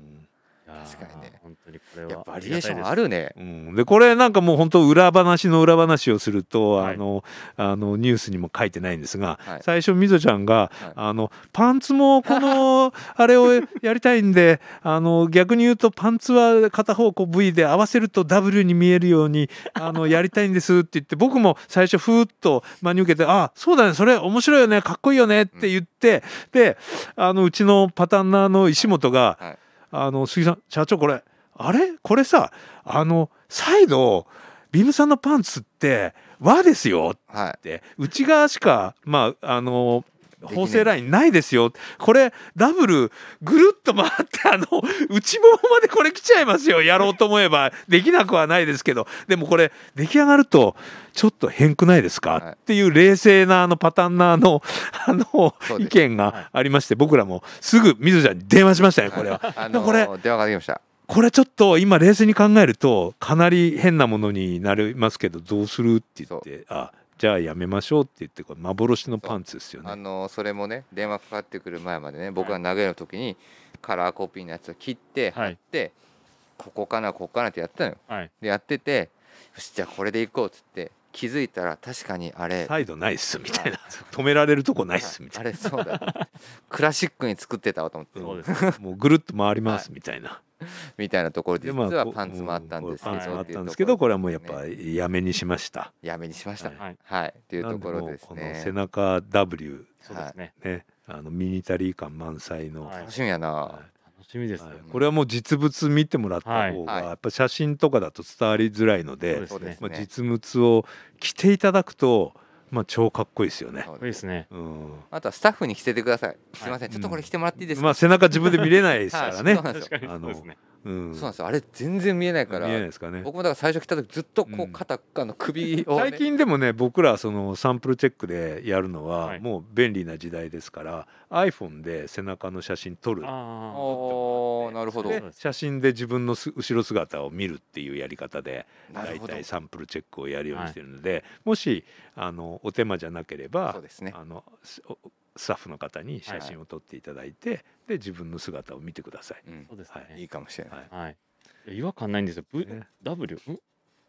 A: ー
B: 確かにね
A: 本当にこれは
B: やっぱ
A: あ
B: バ
A: り
B: リエー
A: が
B: シ
A: たいで
B: ョ
A: す
B: ンあるね
C: うん、でこれなんかもう本当裏話の裏話をすると、
A: はい
C: あのあのニュースにも書いてないんですが、
B: はい
C: 最初みぞちゃんが、
B: はい
C: あのパンツも このあれをやりたいんであの逆に言うとパンツは片方こう V で合わせると W に見えるようにあのやりたいんですって言って僕も最初ふーっと真に受けて「あそうだねそれ面白いよねかっこいいよね」って言って、であのうちのパタンナーの石本が「
B: はい
C: あの杉さん社長これあれこれさあの再度ビームさんのパンツって和ですよ」
B: は
C: って内側しかまああの
B: きない
C: 縫製ラインないですよこれダブルぐるっと回ってあの内ももまでこれ来ちゃいますよやろうと思えばできなくはないですけどでもこれ出来上がるとちょっと変くないですか、
B: はい
C: っていう冷静なあのパタンナーのあの
B: そうで
C: 意
B: す
C: 見がありまして僕らもすぐみずちゃんに電話しましたね
B: い
C: これ は。
B: あ
C: で
B: の
C: もこれ
B: 電話ができました
C: これちょっと今冷静に考えるとかなり変なものになりますけどどうするって言ってあじゃあやめましょうって言ってこれ幻のパンツですよ
B: あ
C: ね。
B: のそれもね電話かかってくる前までね僕が投げる時にカラーコピーのやつを切って
A: はい
B: でここかなここかなってやってたのよ
A: はい
B: でやっててよしじゃあこれでいこうっつって気づいたら確かにあれ
C: サイドないっすみたいな止められるとこないっすみた
B: あ
C: いな
B: れそうだ クラシックに作ってたわと思って
A: そうです
C: もうぐるっと回りますみたいな。
B: みたいなところで
C: でまあ
B: 実は
C: こ
B: パンツもあったんですけど
C: パンツもあ
B: っ
C: ってた
B: いう
C: んですけど
B: とこ
C: こ
B: ろ
C: れはもうやっぱやめにしました。
B: やめにしました
A: はい
B: はいっていう
C: な
B: と
C: んで
B: ころ
C: もう
B: です
C: この背
B: ね
C: 中 W
A: そうですね
C: ねあのミニタリー感満載の。
A: はい
B: 楽しみや
C: は
B: ない
A: 楽しみですよ
C: は
A: ね
C: いこれはもう実物見てもらった方が
B: はい
C: やっぱ写真とかだと伝わりづらいので、
A: そうです
B: そうで
A: ね
B: す
C: まあ、
B: ね
C: 実物を着ていただくと、まあ、超かっこいいですよね
B: そ。う
A: いいですね
C: うん
B: あとはスタッフに着せてくださいすいませんちょっとこれ着てもらっていいですか
C: まあ背中自分で見れないですから
B: はい
C: ね。
B: そうなんです
A: 確か
B: よ
A: にそうですね
C: うん、
B: そうなんですよあれ全然見えないから
C: 見えないですかね
B: 僕もだから最初来た時ずっとこ
C: うん
B: う肩あの首を、ね、
C: 最近でもね僕らそのサンプルチェックでやるの
A: は
C: はいもう便利な時代ですから iPhone で背中の写真撮る
B: あ
A: あ
B: ーなるほど
C: で写真で自分のす後ろ姿を見るっていうやり方で
B: なる
C: 大
B: ほど
C: 体サンプルチェックをやるようにしてるので、もしあのお手間じゃなけれ
B: そ
C: ば
B: う、ですね
C: あのスおスタッフの方に写真を撮っていただいて、で自分の姿を見てください。
B: うん
A: そうです
C: はい
B: い
A: ね
B: いかもしれない
C: はい
A: はいいや違和感ないんですよ V
C: ね
A: W ん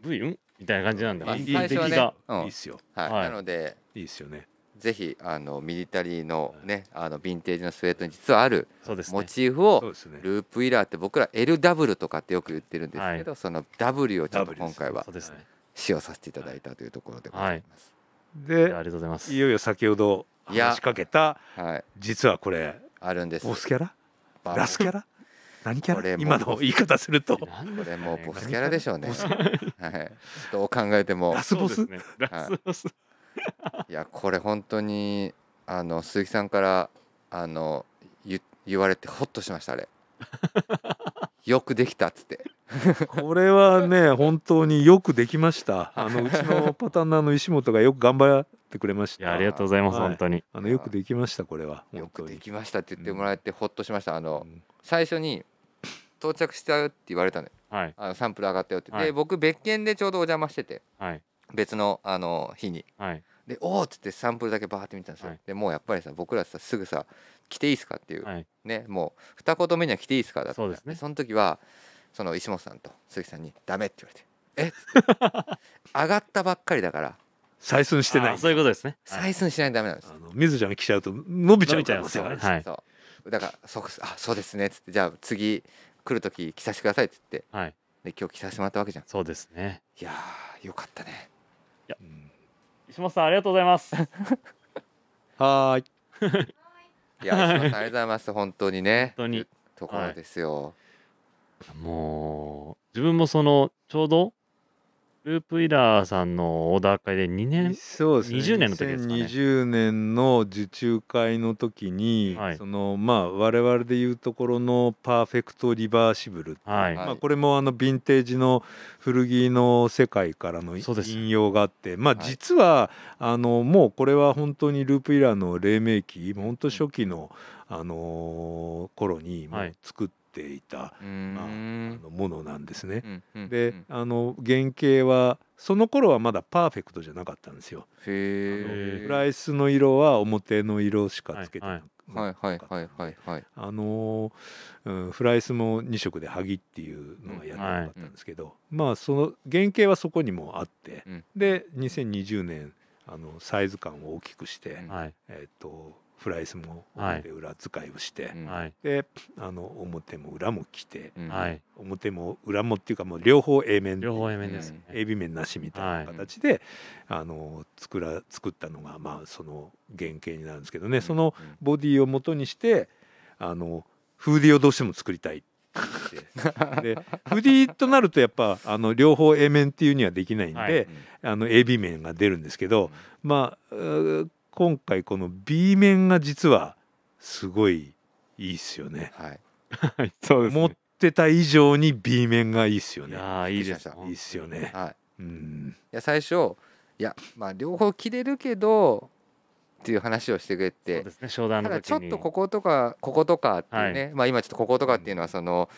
A: V んみたいな感じなんで
C: まあ
A: 安
C: 最
A: 定
C: 初
A: 的
C: はね
A: が
B: うん
C: いいっすよ
B: はい、
A: はい
B: なので
C: いいっすよね。
B: ぜひあのミリタリーのねあのヴィンテージのスウェットに実はある
A: そうです
B: モ
A: ね
B: チーフを
C: そうですね。
B: ループイラーって僕ら LW とかってよく言ってるんですけど、その W をちょっと
C: W
B: 今回は
A: そうですね
B: 使用させていただいたというところでございます。
A: いやあ
C: で
A: りがとうございます
C: いよいよ先ほど
B: いや
C: 話しかけた
B: はい、
C: 実はこれ
B: あるんです。
C: ボスキャラ
B: バ
C: ラスキャラ何キャ
B: これ
C: ラ
B: も
C: 今の言い方すると
A: なん
B: こ
A: ですか
B: れ
A: ね
B: もうボス
A: そ
B: キャラでしょうね。はい、どう考えても
C: ラスボ
A: うで
C: ス
A: すねラスボス
B: いやこれ本当にあの鈴木さんからあの言言われてホッとしましたあれ。よくできたっつって。
C: これはね本当によくできましたあのうちのパターンナーの石本がよく頑張ってくれまし
A: いや
C: た
A: ありがとうございます
C: はい
A: 本当に
C: あのよくできましたこれは
B: よ
C: 本当
B: く
C: に
B: できましたって言ってもらえてホッとしました。あの
C: うん
B: 最初に到着したよって言われたのよ。
A: はい
B: あのサンプル上がったよって。
A: は
B: で
A: い
B: 僕別件でちょうどお邪魔してて
A: はい
B: 別のあの日に。
A: はい
B: で「おお!」っつってサンプルだけバーって見たんですよ、
A: はい
B: でもうやっぱりさ僕らさすぐさ「来ていいですか?」っていう、
A: はい
B: ねもう二言目には「来ていいですか?」だった
A: そうですね
B: その時はその石本さんと鈴木さんに「ダメ」って言われて「えっ? つって」上がったばっかりだから
C: 採寸してな
A: あ
C: い
A: そういうことですねはい
B: 採寸しないとダメなんです
C: あ、の水ちゃんが来ちゃうと伸びちゃう可能性があ
A: 伸
C: る
A: びちゃいますからねはい
B: そうだからそうあそうですね」っつって「じゃあ次来る時着させてください」っつって
A: はい
B: で今日着させてもらったわけじゃん
A: そうですね
B: いやーよかったね
C: うん
A: 石本さんありがとうございます
C: はーい
B: いや石本さんありがとうございます本当にね
A: 本当に
B: ところですよ、
A: もう自分もそのちょうどループイラーさんのオーダー会で2年
C: そうですね
A: 20年の時ですかね
C: 20年の受注会の時に、
A: はい
C: そのまあ我々でいうところのパーフェクトリバーシブル、
A: はい、
B: はい
C: まあ、これもあのヴィンテージの古着の世界からの
A: そうです
C: 引用があって、まあ、
B: はい
C: 実はあのもうこれは本当にループイラーの黎明期本当初期のあのー頃にも
A: は
C: う
A: い
C: 作っていた
B: うーん
C: あのものなんですね。
B: うんうんうん
C: で、あの原型はその頃はまだパーフェクトじゃなかったんですよ。
B: へえ。
C: プライスの色は表の色しかつけてなく
B: はいはいはいは
C: はい
B: いはい。
C: あのーうんフライスも2色で「はぎ」っていうのがやってなかったんですけど、まあその原型はそこにもあって、
B: うん
C: で2020年あのサイズ感を大きくして、
B: うん
A: はい
C: えっとフライスも
A: はい
C: 表裏使いをして、
B: うん
A: はい
C: であの表も裏も着て
B: うん
A: は。い
C: 表も裏もっていうかもう両方 A 面
A: 両方 A 面ですね、
C: A B 面なしみたいな形で、あの作ら作ったのがまあその原型になるんですけどね、その
B: うん
C: ボディを元にしてあのフーディをどうしても作りたいって 言ってでフーディとなるとやっぱあの両方 A 面っていうにはできないんで、
A: はい
C: あの AB 面が出るんですけど、まあうー今回この B 面が実はすごいいいっすよね。
B: はい。
A: はいそうです
C: 思っ
A: ね
C: てた以上に B 面がいいっすよ
A: い
C: ね。
A: やーいいです
B: びっくりしました
C: いいっすよね。
B: はい。
C: うん、
B: いや最初いやまあ両方切れるけどっていう話をしてくれ
A: そう
B: て
A: で。すね商談
B: た
A: の時
B: だ
A: に
B: ちょっとこことかこことかっていうね。まあ今ちょっとこことかっていうのはその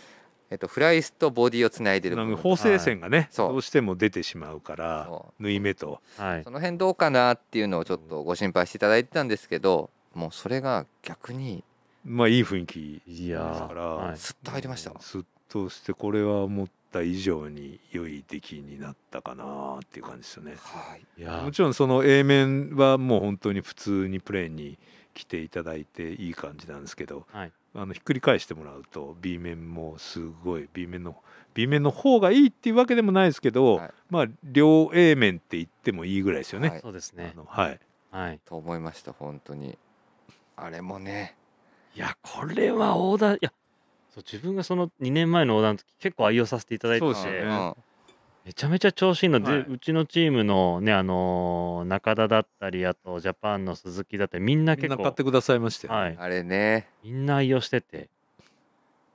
B: えっとフライスとボディをつないでる部
C: なん
B: 分。
C: か縫製線がね、
B: そう
C: どうしても出てしまうから
B: そ
C: 縫い目と
A: はい
B: その辺どうかなっていうのをちょっとご心配していただいてたんですけど、もうそれが逆に
C: まあいい雰囲気
A: いや
C: ですか
A: ー
C: ら
A: はい
B: スッと入りました。
C: すっとしてこれは思った以上に良い出来になったかなっていう感じですよね。
B: はい。
A: いや
C: も
A: ー
C: ちろんその A 面はもう本当に普通にプレーンに着ていただいていい感じなんですけど、
A: はい
C: あのひっくり返してもらうと B 面もすごい B 面の B 面の方がいいっていうわけでもないですけど、
B: はい
C: まあ両 A 面って言ってもいいぐらいですよね。
B: はい
A: そうです
C: あ
A: ね
C: のはい、
A: はい
B: と思いました本当に。あれもね。
A: いやこれはオーダーいやそう自分がその2年前のオーダーの時結構愛用させていただいて
C: そ
A: て
C: うですよね
B: んん
A: めちゃめちゃ調子いいので、
C: はいう
A: ちのチームのねあのー中田だったりあとジャパンの鈴木だったりみんな
C: みん
A: 結
C: な
A: 構
C: 買ってくださいましたよね
A: はい
B: あれね。
A: みんな愛用してて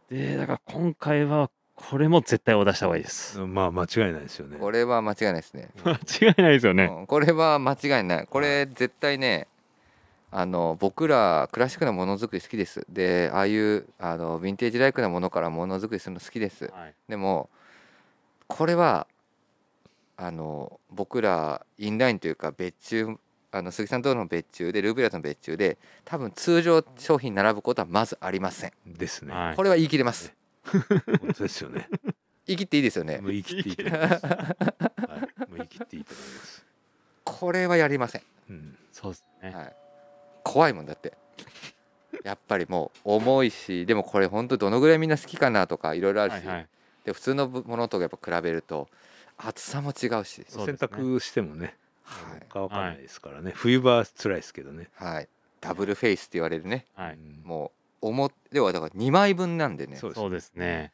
A: でだから今回はこれも絶対オーダーした方がいいです。
C: まあ間違いないですよね
B: これは間違いないですね、
A: 間違いないですよね。
B: うんこれは間違いないこれ絶対ねあの僕らクラシックなものづくり好きですでああいうあのヴィンテージライクなものからものづくりするの好きです
A: はい、
B: でもこれはあの僕らインラインというか別注あの鈴木さんとの別注でルーブラとの別注で多分通常商品並ぶことはまずありません
C: ですね、
A: はい
B: これは言い切れます
C: 本当です よね
B: 言い切っていいですよね
C: もう言い切っていいと思います、はい、もう言い切っていいと思います、
B: これはやりません、
C: うん、
A: そうですね。
B: はい、怖いもんだって やっぱりもう重いしでもこれ本当どのぐらいみんな好きかなとかいろいろあるし、
A: はいはい
B: で普通のものとやっぱ比べると厚さも違うし
A: そう
C: 洗
A: ですね
C: 濯してもね
B: はい、
C: 乾かないですからね、冬場は辛いですけどね、、
B: はい、ダブルフェイスって言われるね
A: はいう
C: ん
B: もう表ではだから2枚分なんでね
C: そうです
A: そうですね。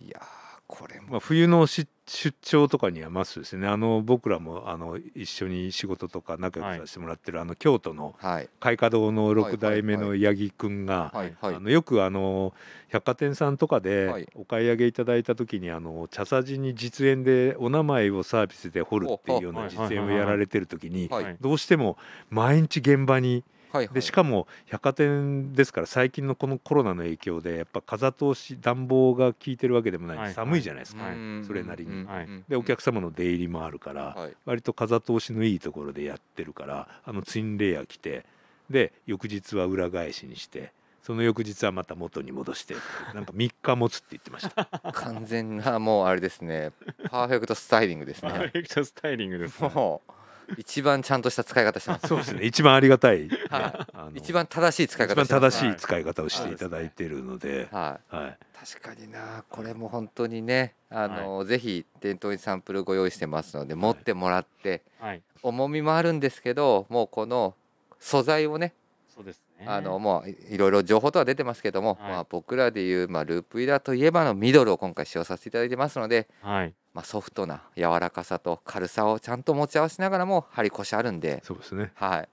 B: いやーこれも、
C: まあ、冬のし出張とかにはマストですねあの僕らもあの一緒に仕事とか仲良くさせてもらってる、あの京都の
B: はい、
C: 開花堂の
B: はい
C: 6代目の八木くんが、
B: はいはい
C: あのよくあの百貨店さんとか
B: は
C: で
B: い
C: お買い上げいただいた時にあの茶さじに実演でお名前をサービスで掘るっていうよう
A: お
C: な
A: あ
C: 実演をやられてる時に
B: はい
A: はい
C: どうしても毎日現場に
B: はいはい
C: でしかも百貨店ですから最近のこのコロナの影響でやっぱ風通し暖房が効いてるわけでも
A: は
C: ないい寒いじゃないですか。
A: はい
B: うん
C: それなりに
B: うん
A: はい
B: うん
C: でお客様の出入りもあるから
B: はい
C: 割と風通しのいいところでやってるからあのツインレイヤー着てで翌日は裏返しにしてその翌日はまた元に戻してなんか3日持つって言ってました
B: 完全なもうあれですねパーフェクトスタイリングです
A: パー フ
B: ね
A: ェクトスタイリングです、ね。
B: もう一番ちゃんとした使い方してます
C: そうですね一番ありがたい、ね
B: は
C: あの
B: 一番正しい使い
C: 一
B: 方
C: 番
B: してます
C: 正しい使い方をしていただいてるので、
B: はい
C: はい、
B: 確かになこれも本当にねあの、ぜひ店頭にサンプルご用意してますので持ってもらって、
A: はい、
B: 重みもあるんですけどもうこの素材をね
A: そうですね。
B: あのもういいろいろ情報とは出てますけども、
A: はい
B: まあ、僕らでいう、まあ、ループイラーといえばのミドルを今回使用させていただいてますので、
A: はい、
B: まあ、ソフトな柔らかさと軽さをちゃんと持ち合わせながらも針腰あるんで、
C: そうですね
B: は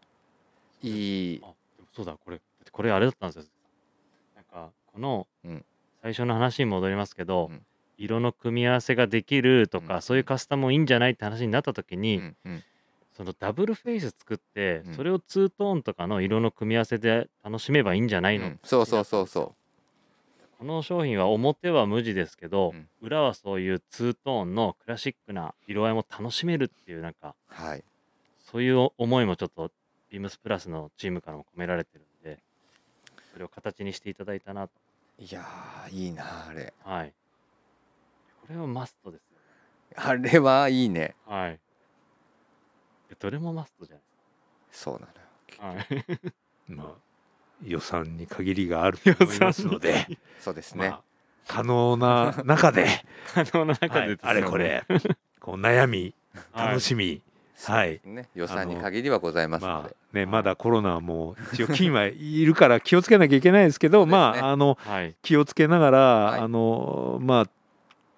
B: い、いい
A: あでもそうだこれこれあれだったんですよなんかこの
B: うん
A: 最初の話に戻りますけど、
B: うん
A: 色の組み合わせができるとか、
B: うん
A: そういうカスタムもいいんじゃないって話になった時
B: う
A: に、
B: んうん
A: そのダブルフェイス作って、
B: うん
A: それをツートーンとかの色の組み合わせで楽しめばいいんじゃな
B: う
A: いの、
B: ん、そうそうそうそ
A: この商品は表は無地ですけど、
B: うん
A: 裏はそういうツートーンのクラシックな色合いも楽しめるっていうなんか
B: うはい
A: そういう思いもちょっとビームスプラスのチームからも込められてるんでそれを形にしていただいたなと
B: いやーいいなあれ
A: はい。これはマストですよね。
B: あれはいいね
A: はい。いやどれもマストじゃ
B: そうなのよ
A: ないですか。はい。
C: まあ予算に限りがあると思いますので、
B: そうです
C: ま
B: ね、
C: あ、可能な中で
A: 可 能な中で
C: は
A: で
C: い
A: すよ
C: あ
A: ね
C: れこ。れこう悩み
A: はい
C: 楽しみ、はい
B: ね予算に限りはございますの
C: ま
B: で、
C: あね、
A: い
C: まだコロナはもう一応金はいるから気をつけなきゃいけないですけ
B: そ
C: ど
B: うですね
C: まああの
A: はい。
C: 気をつけながら、
B: い
C: あのまあ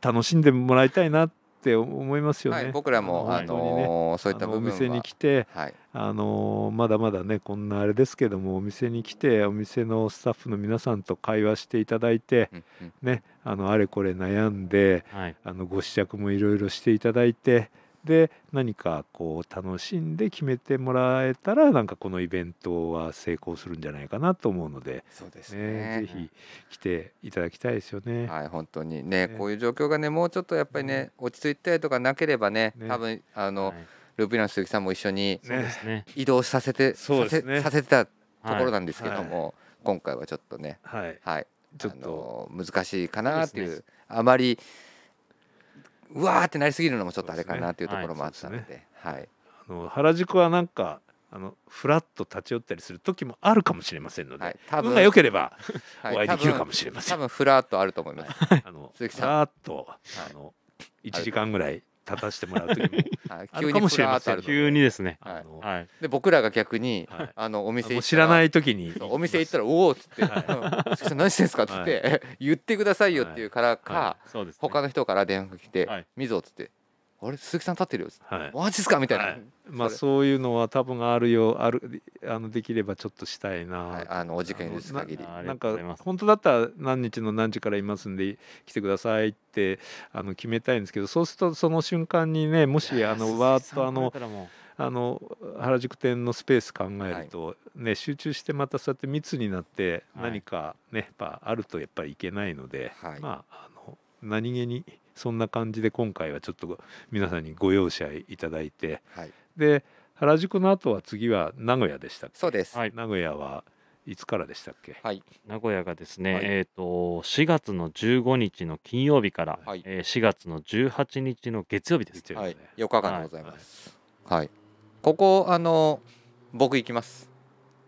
C: 楽しんでもらいたいなって思いますよね。
B: はい、僕らもあ
C: 本当にね
B: のーそういった
C: あの
B: 部
C: お
B: 分は
C: 店に来て
B: はい
C: あのまだまだねこんなあれですけどもお店に来てお店のスタッフの皆さんと会話していただいて
B: うんうん
C: ねあのあれこれ悩んで
A: はい。
C: あのご試着もいろいろしていただいてで何かこう楽しんで決めてもらえたらなんかこのイベントは成功するんじゃないかなと思うので、
B: そうです
C: ね、ぜ
B: ね。
C: ひ来ていただきたいですよね。
B: はい、本当にね、
C: ね
B: こういう状況がね、もうちょっとやっぱりね、落ち着いたりとかなければね、
C: ね
B: 多分あの、
A: はい
B: ルービーの鈴木さんも一緒に
A: そうですね。
B: 移動させて、
C: そうで
B: さ
C: す
B: せ
C: ね
B: させてたと
A: はい
B: ころなんですけども、今回はちょっとね、
C: はい、
B: はい、
C: ちょっと
B: あの難しいかなっていう、
A: そうです
B: あまりうわーってなりすぎるのもちょっとあれか
C: そう
B: なっていうところもあったので、
C: はい
B: はい、
C: あの原宿はなんかあのフラッと立ち寄ったりする時もあるかもしれませんので、
B: はい多分
C: 運が良ければお
B: はい
C: 会いできる
B: 多
C: かも
B: 分
C: しれませ
B: 多
C: ん。
B: 分フラっとあると思います。
C: あの
B: 鈴木さん
C: ふらっとあの1時間ぐらい立たせてもらう時も
B: はい
C: あ
B: 急
C: る
B: に
C: かも
B: ふ
C: しれ
B: ら
C: ま
B: っと
C: せ
B: あ
C: ん
B: ると思う
A: 急にですね。
B: はい
C: あの
A: はい。
B: で僕らが逆に、
C: はい
B: あのお店行
C: もう
B: った
C: 知らないい時に
B: お店行ったら「おお」っつって「鈴木さん何してんすか?」っつって、言ってくださいよっていうからか、
A: そうです、ね。
B: 他の人から電話が来て
A: はい
B: 「みぞ」っつって「あれ鈴木さん立ってるよ
C: はい
B: マジっすかみたいな、
C: は
B: はい
C: いまあ
B: それ
C: そういうのは多分あるよあるあのできればちょっとしたいな、
B: あのお時間許す限り
A: ありが
C: な
A: とう
C: んか
A: ございます
C: 本当だったら何日の何時からいますんで来てくださいってあの決めたいんですけどそうするとその瞬間にねもしあのわーっとあのあの原宿店のスペース考えると、ね、集中してまたそうやって密になって
A: はい
C: 何か、ねやっぱあるとやっぱりいけないので、
B: はい
C: まああの何気にそんな感じで今回はちょっとご皆さんにご容赦いただいて
B: はい、
C: で原宿の後は次は名古屋でしたっけ
B: そうです、
A: はい
C: 名古屋はいつからでしたっけ
A: 名古屋がですね、
B: はい
A: えっ、と4月の15日の金曜日から、
B: はい
A: えー4月の18日の月曜日です。
C: 月曜
B: は
C: 日
B: い
C: ね、
B: 4日間でございます。はい、ここあの僕行きます。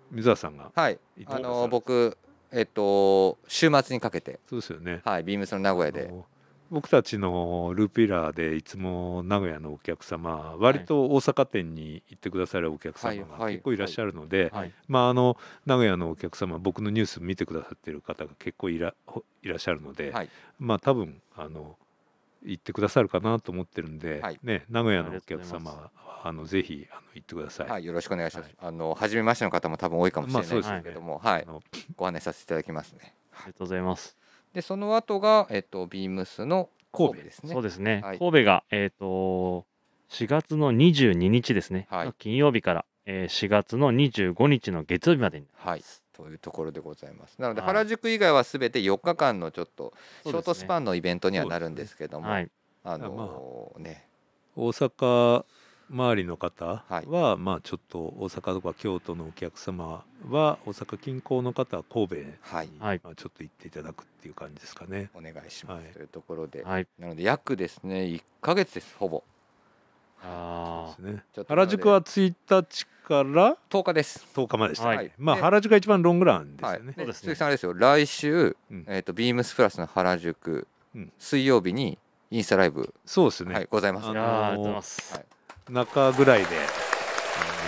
C: 水沢さんが
B: はい
C: 行って、くだ
B: あ
C: さる
B: の僕えっと週末にかけて、
C: そうですよね、
B: はい、ビームスの名古屋
C: あ
B: で、
C: の僕たちのループイラーでいつも名古屋のお客様割と大阪店に行ってくださるお客様
B: はい
C: が
B: はい
C: 結構いらっしゃるので、
A: はい、
C: まああの名古屋のお客様僕のニュース見てくださってる方が結構いらほいらっしゃるので、
B: はい
C: まあ多分あの行ってくださるかなと思ってるんで、
B: はい
C: ね、名古屋の
A: あり
C: お
A: がとう
C: 客
A: ございます
C: 様はあのぜひあの行ってください。
B: はい、よろしくお願いします
C: はい。
B: あの初めましての方も多分多いかもしれ
C: まあ
B: ない
C: そう
B: で
C: ですすよね
B: けども、はい
C: あ、の
B: ご案内させていただきますね。
A: ありがとうございます。
B: でその後がえっとビームスの
C: 神戸
B: ですね
A: そう。ですね、
B: はい
A: 神戸が、えー、と4月の22日ですね、
B: はい
A: 金曜日から、えー4月の25日の月曜日までに
B: はい、というところでございます。なので
A: はい
B: 原宿以外はすべて4日間のちょっとシ
A: そうですね
B: ョートスパンのイベントにはなるんですけども、
A: はい、
B: あのね、
C: 大阪周りの方
B: はい
C: は、まあちょっと大阪とか京都のお客様は大阪近郊の方は神戸に、
B: はい
A: はい
C: まあ、ちょっと行っていただくっていう感じですかね。
B: お願いします、
C: はい
B: というところで、
A: はい、
B: なので約ですね1ヶ月ですほぼ
A: あ
C: そうですね
B: ちょっと
C: 原宿は1日から
B: 10日です。
C: 10日までした。
A: はい
C: まあ
B: で
C: 原宿が一番ロングランですよね。
A: そうですね
B: 鈴木さんあれですよ来週、
C: うん
B: えー、とビームスプラスの原宿、
C: うん
B: 水曜日にインスタライブ、
C: そうですね、
B: はい、ございま
A: ー
B: す
C: あ
A: い
C: の
A: や
C: ー
A: ーありがとうございます、
B: はい
C: 中ぐらいであ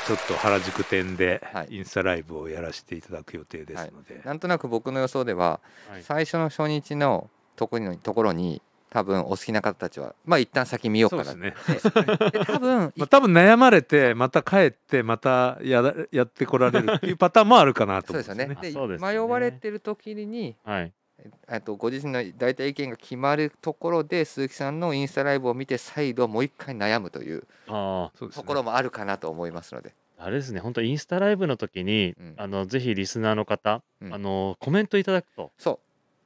C: のちょっと原宿店で
B: はい
C: インスタライブをやらせていただく予定ですので、
B: なんとなく僕の予想では、
A: はい
B: 最初の初日のとこにところに多分お好きな方たちはまあ一旦先見よう
C: そ
B: か
C: う
B: な
C: ですね。
B: で多分
C: まあ、多分悩まれてまた帰ってまたやらやってこられるっ ていうパターンもあるかなと
B: そう
C: 思
B: で
C: うん
B: す
C: で
B: よ
C: す
B: ね
C: よね。
B: で
A: あそうですね
B: 迷われてる時に
A: はい、
B: えっとご自身の大体意見が決まるところで鈴木さんのインスタライブを見て再度もう一回悩むという
A: あ
C: そうです
B: と
C: ね
B: ころもあるかなと思いますので、
A: ーあれですね本当インスタライブの時に、
B: うん
A: あのぜひリスナーの方、
B: うん
A: あのコメントいただくと
B: そ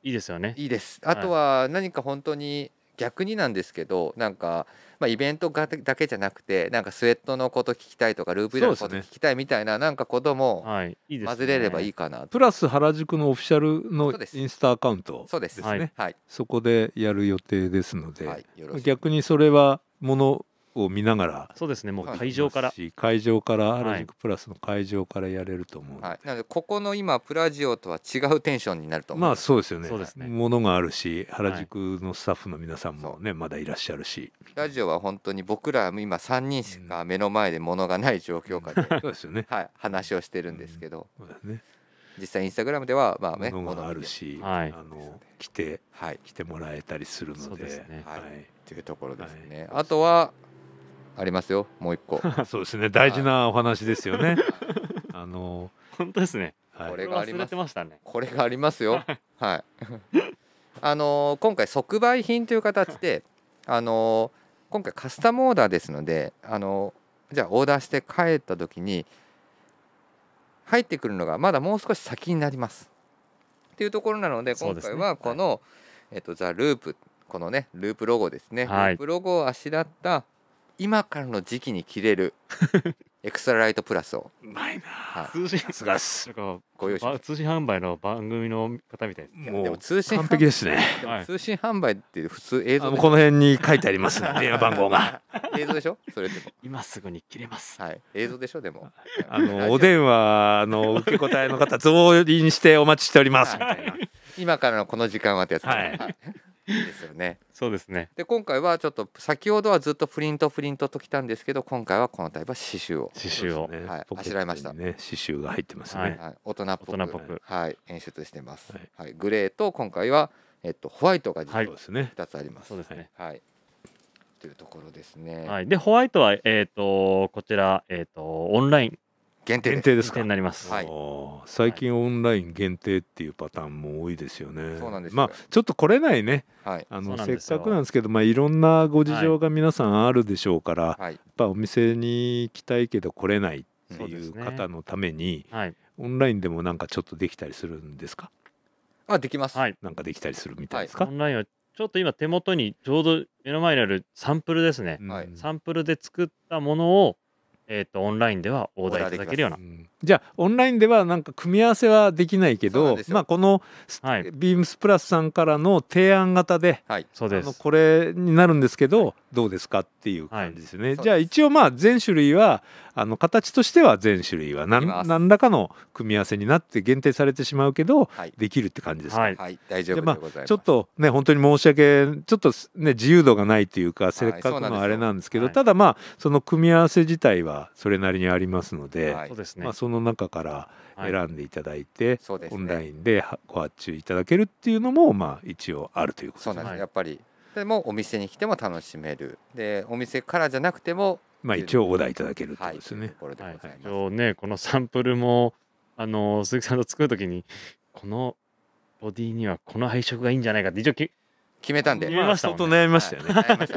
A: いいですよね
B: ういいですあとは何か本当に逆になんですけどなんか、まあ、イベントがだけじゃなくてなんかスウェットのこと聞きたいとかループイラーのこ
C: そう
B: と
C: で
B: 聞
C: すね
B: きたいみたいな、なんかことも
A: はいいいですね
B: 混ぜれればいいかなと
C: プラス原宿のオフィシャルの
B: そうです
C: インスタアカウント
B: そうです
C: ですね、
A: はい
B: はい、
C: そこでやる予定ですので、
B: はい、よろしく
C: 逆にそれはものを見ながら
A: そうですねもう
B: はい
A: 会場から
C: し会場から
A: い
C: 原宿プラスの会場からやれると思うので、
B: はい、なのでここの今プラジオとは違うテンションになると思い
C: まあ
B: ます、
C: そうですよね
A: そうですね
C: ものがあるし原宿のスタッフの皆さんもね、まだいらっしゃるし
B: ラジオは本当に僕らも今3人しか目の前で物がない状況下で、
C: そうですよね
B: はい、話をしてるんですけど、
C: そうですね
B: 実際インスタグラムではまあね
C: ものが
B: 物
C: ある
B: 見て
C: し、
A: はい
C: あの来て
B: はい
C: 来てもらえたりする
A: そ
C: の
A: う
C: で
A: ですね
B: はい
C: は
B: というところですね、
C: はい
B: あとはありますよもう一個
C: い、 そうですね大事なお話ですよね。 あの、
A: 本当ですね
C: はい、
B: これがあり
A: 忘
B: ます
A: れてましたね
B: これがありますよはい あのー今回即売品という形であのー今回カスタムオーダーですのであのーじゃあオーダーして帰った時に入ってくるのがまだもう少し先になりますっていうところなので
A: そう
B: 今
A: ですね
B: 回はこの、えっと、ザ・ループこのねループロゴですね、
A: はい
B: ループロゴをあしらった今からの時期に着 れるエクストラライトプラスを
C: うまいな。
B: は
A: 通信
C: さすがっす
A: なんか
B: ご用意しまし
A: ば通信販売の番組の方みたいです
B: で
C: も
B: も
C: う
B: 通信販
C: 完璧ですね。
B: で
A: は
B: も
A: い
B: 通信販売って普通映
C: あ
B: 像
C: の
B: で
C: この辺に書いてありますね。電話番号が。
B: 映像でしょそれでも
A: 今すぐに切れます
B: はい映像でしょでも
C: あのお電話の受け答えの方増員してお待ちしておりますみたいな。
B: 今からのこの時間はってやつ
C: はい
B: いいですよね
A: そうですね
B: で今回はちょっと先ほどはずっとプリントプリントときたんですけど今回はこのタイプは刺繍を、
A: 刺繍を、
C: そうですね
B: はい
C: ポケットに
B: あしらいました
C: ね刺繍が入ってますね。
A: は
B: はい、大人っぽ
A: 大人っ
B: く
A: ぽく
B: はい演出してます
C: はい、
B: はい、グレーと今回はえっとホワイトが実は
A: はい
C: そうですね。
B: 2つあります
A: そうですね
B: はいっていうところですね、
A: はい、でホワイトは、えー、とこちら、えー、とオンライン
B: 限定
C: 限
B: で
C: 定です
A: に
C: か
A: なります、
B: はい
C: あー最近オンライン限定っていうパターンも多いですよね。
B: そうなんですよ
C: まあちょっと来れないね
B: はい
C: あ
A: そう
C: の
A: なん
C: せっ
A: ですよ
C: かくなんですけど、まあ、いろんなご事情が皆さんあるでしょうから、やっ
B: はい
C: ぱお店に行きたいけど来れないって
A: そうで
C: い
A: す
C: う
A: ね
C: 方のために、
A: はい
C: オンラインでもなんかちょっとできたりするんですか
B: あできます、
A: はい、
C: なんかできたりするみたいです
A: オ
C: か、
A: ンラインはちょっと今手元にちょうど目の前にあるサンプルですね、
C: うん
B: はい
A: サンプルで作ったものを、えー、とオンラインではオー
B: オ
A: ダ
B: ーダー
A: ーい
B: でき
A: た
B: ます
A: だけるような
C: うんじゃあオンラインではなんか組み合わせはできないけ
B: そうな
C: ど
B: んですよ
C: まあこの、
A: はい
C: ビームスプラスさんからの提案型で
A: そう
C: あ
A: で
C: の
A: す
C: これになるんですけど、どうですかっていう感じですね、
B: い
C: じゃあ一応まあ全種類はあの形としては全種類は
B: できま
C: 何
B: す
C: 何らかの組み合わせになって限定されてしまうけど
B: はい
C: できるって感じですか、
A: はい、
B: はい大丈夫
C: じゃあまあ
B: でございます
C: ちょっとね本当に申し訳ちょっとね自由度がないというかせっか
B: そ
C: く
B: うなんです
C: の
B: よ
C: あれなんですけど、
A: はい
C: ただまあその組み合わせ自体はそれなりにありますので、
B: はい
A: そうですね、
C: まあ、その中から
A: はい
C: 選んでいただいて、
B: そうです
C: オ
B: ね
C: ンラインではご発注いただけるっていうのもまあ一応あるということ
B: そう
C: です
B: な
A: は
B: んです、
C: ね
A: い
B: やっぱりでもお店に来ても楽しめるでお店からじゃなくても
C: まあ一応オーダーいただけるってこ
B: は
C: と
B: い
C: です
B: とい
C: ね、
B: うところでご
A: は
B: ざい
A: い
B: ます、
A: 一応ねこのサンプルもあの鈴木さんと作るときにこのボディにはこの配色がいいんじゃないかって一応き
B: 決めたんで
A: 決めましたもんね
C: まあ相当悩みましたよ
B: は
C: ね、
B: い悩みまし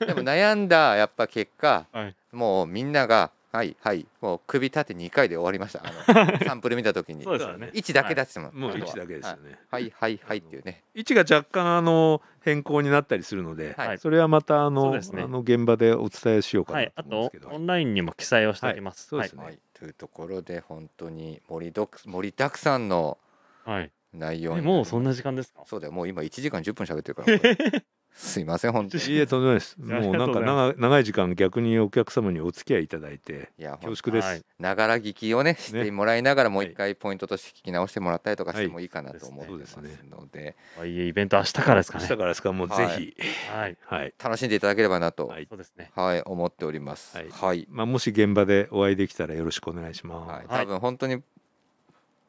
B: たでも悩んだやっぱ結果、
A: はい
B: もうみんなが「はいはい」もう首立て2回で終わりましたあのサンプル見た時に
A: そうです
C: よね
B: 位置だけ出しても、
C: もう
B: あとは
C: 1だけですよね、
B: はい、はいはいはいっていうね
C: 位置が若干あの変更になったりするので、
B: はい
C: それはまたあ
A: そう
C: の,、
A: ですね
C: あの現場でお伝えしようか
A: は
C: ないと
A: あ
C: 思うんで
A: と
C: すけど、
A: オンラインにも記載をしておきます
C: は
A: はいい
C: そうですね
B: はい、というところで本当に盛りどく盛りだくさんの
A: はい
B: 内容
A: え
B: に
A: もうそん
B: なり
A: な時間ですか
B: ますそうだよもう今1時間10分喋ってるからこれすいません本当に
C: いえとんでもないです
A: いや
C: もうなんか
A: ありがとうござい
C: 長い長い時間逆にお客様にお付き合いいただいて
B: いやほん
C: 恐縮です、
A: はい
B: ながら聞きをねしてもらいながらもう一回ポイントとして聞き直してもらったりとかしてもいいかなと思ってます
C: そうです
B: ので
A: とはいえイベント明日からですか
C: 明
A: ね
C: 日からですかもうぜひ
A: はい
C: はい、
B: 楽しんでいただければなと
C: はい
A: そうですね
B: はい思っております
C: はい
B: はい
C: まあ、もし現場でお会いできたらよろしくお願いします、
B: はい、
A: はい
B: 多分本当に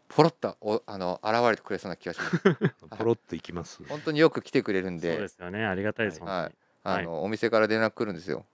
B: ポロッとおあの現れてくれそうな気がし ます
C: ポロッといきます
B: 本当によく来てくれるん
A: そう
B: で
A: ですよねありがたいです、
B: はい
A: 本
B: あの、お店から連絡来るんですよ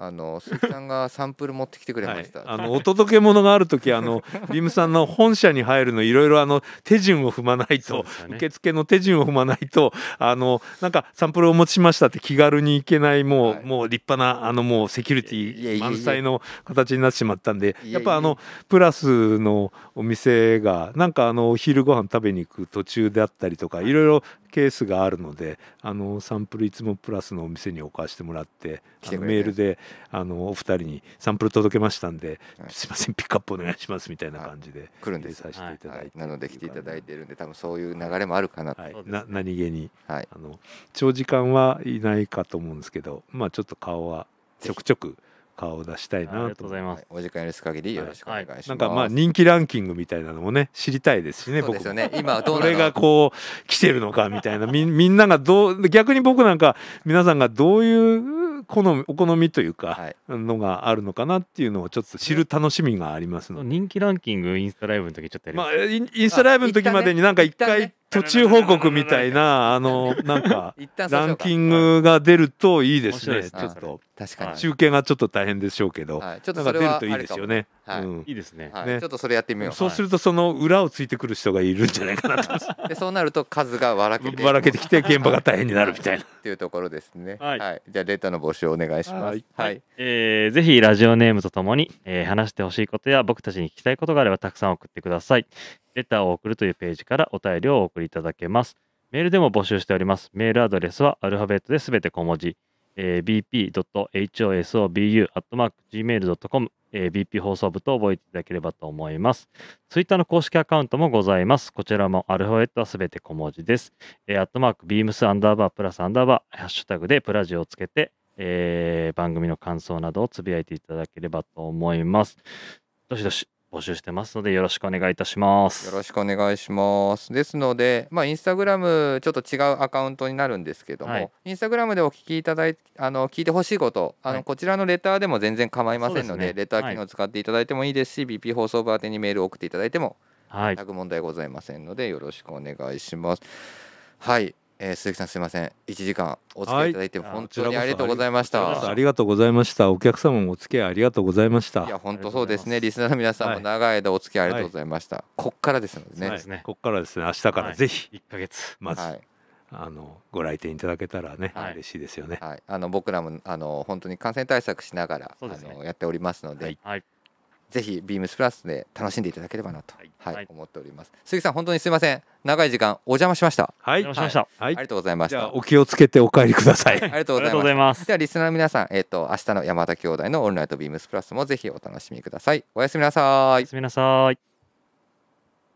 B: あの鈴木さんがサンプル持ってきてくれま
C: はい
B: した、、
C: あのお届け物がある時あのビームさんの本社に入るのいろいろあの手順を踏まない
A: そう
C: と
A: ですよね
C: 受付の手順を踏まないとあのなんかサンプルをお持ちしましたって気軽に行けないもう,、
B: はい
C: もう立派なあのもうセキュリテ
B: いやいやい
C: ィ
B: や
C: 満載の形になってしまったん
B: い
C: で
B: やいや
C: やっぱあのプラスのお店がなんかあのお昼ご飯食べに行く途中であったりとかいろいろケースがあるのであのサンプルいつもプラスのお店に置かしてもらって
B: 来て
C: あ
B: くれ
C: の
B: て
C: メールであのお二人にサンプル届けましたんで、
B: はい
C: すいませんピックアップお願いしますみたいな感じで
B: 来るんです
C: 入れさせていただ
B: はいい
C: て、
B: なので来ていただいてるんで多分そういう流れもあるかなと
C: はい
A: そうですね
C: な何気に
B: はい、
C: あの長時間はいないかと思うんですけどまあちょっと顔はちょくちょく顔を出したい
A: 当にあり
C: な
A: がと
C: と
A: うございま
B: はい
A: す、
B: お時間許す限りよろしくお願いします、
C: なんかまあ人気ランキングみたいなのもね知りたいですしね
B: そうで
C: 僕
B: す
C: も
B: よね今どうな
C: ど
B: の
C: れがこう来てるのかみたいなみ みんながどう逆に僕なんか皆さんがどういう好みお好みというか、
B: はい
C: のがあるのかなっていうのをちょっと知る楽しみがありますので。
A: 人気ランキングインスタライブの時ちょっとやりま、
C: ますあ、インインスタライブの時までになんか一
B: 一旦
C: 回
B: ね
C: 途中報告みたいなあのなんか
B: 一旦そうし
C: ラ
B: よう
C: ン
B: か
C: キングが出るといいです
A: 面白い
C: ね
A: で
C: ち
A: す
C: ょ
B: ね
C: っと
B: 確かに、
A: はい
C: 集計がちょっと大変でしょうけど
B: はい、ちょっ
C: な
B: と
C: ん
B: それ
C: か出る
B: は
C: といいですよね
B: あるかも
C: うん
A: いいですね
B: あるかも、はい
C: ね
B: ちょっとそれやってみよう
C: そうするとその裏をついてくる人がいるんじゃないかなと
B: でそうなると数がばらけて
C: ばらけてきて現場が大変になるみたいな
B: っていうところですねは、
A: はいい
B: じゃあレターの募集をお願いします
C: は
B: はいい、
A: えーぜひラジオネームとともに、えー話してほしいことや僕たちに聞きたいことがあればたくさん送ってください。レターを送るというページからお便りをお送りいただけます。メールでも募集しております。メールアドレスはアルファベットですべて小文字、えー bp.hosobu.gmail.com、えー bp 放送部と覚えていただければと思います。ツイッターの公式アカウントもございます。こちらもアルファベットはすべて小文字です。えー、アットマーク、ビームスアンダーバープラスアンダーバー、ハッシュタグでプラジオをつけて、えー番組の感想などをつぶやいていただければと思います。どしどし募集してますのでよろしくお願いいたします。
B: よろ
A: し
B: しくお願いしますですのでまあインスタグラムちょっと違うアカウントになるんですけども、
A: はい
B: インスタグラムでお聞きいただいあの聞いてほしいことあの、
A: はい
B: こちらのレターでも全然構いません
A: そ
B: の
A: う
B: で
A: ですね
B: レター機能使っていただいてもいいですし、BP 放送部宛てにメールを送っていただいても
A: はい
B: 全。く問題ございませんのでよろしくお願いしますはいえー鈴木さんすいません1時間お付き
C: は
B: 合
C: い
B: いいただいて
A: あ
B: 本当にありがとうございまし
A: こちらこそ
B: た
C: ありがとうございましたお客様もお付き合いありがとうございまし
B: いや
C: た
B: 本当そうです
A: あ
B: ね
A: り
B: リスナーの皆さん
C: は
B: も
C: い
B: 長い間お付き合いありがとうございました、こっからですのでね
A: そう
B: は
A: で
B: い
A: すね
C: ここからですね明日からぜひ
A: 1ヶ月。
C: まず、あのご来店いただけたらね、
A: はい
C: 嬉しいですよね
B: はい、あの僕らもあの本当に感染対策しながら、
A: そうですね
B: あのやっておりますので、
C: はい
A: はい。
B: ぜひビームスプラスで楽しんでいただければなと、
A: は
B: はいい
A: はい
B: 思っております鈴木さん本当にすいません長い時間お邪魔しました、
C: は
A: お
C: い、
A: 邪魔しました。
C: はい
B: ありがとうございまし
C: じゃ
B: た
C: あお気をつけてお帰りください
B: ありがとう
A: あ
B: ご
A: り
B: ざ
A: が
B: い
A: とうござ
B: ます
A: います。
B: ではリスナーの皆さん、えっ、と明日の山田兄弟のオンライトビームスプラスもぜひお楽しみください。おやすみなさ
A: お
B: い
A: や。すみなさい。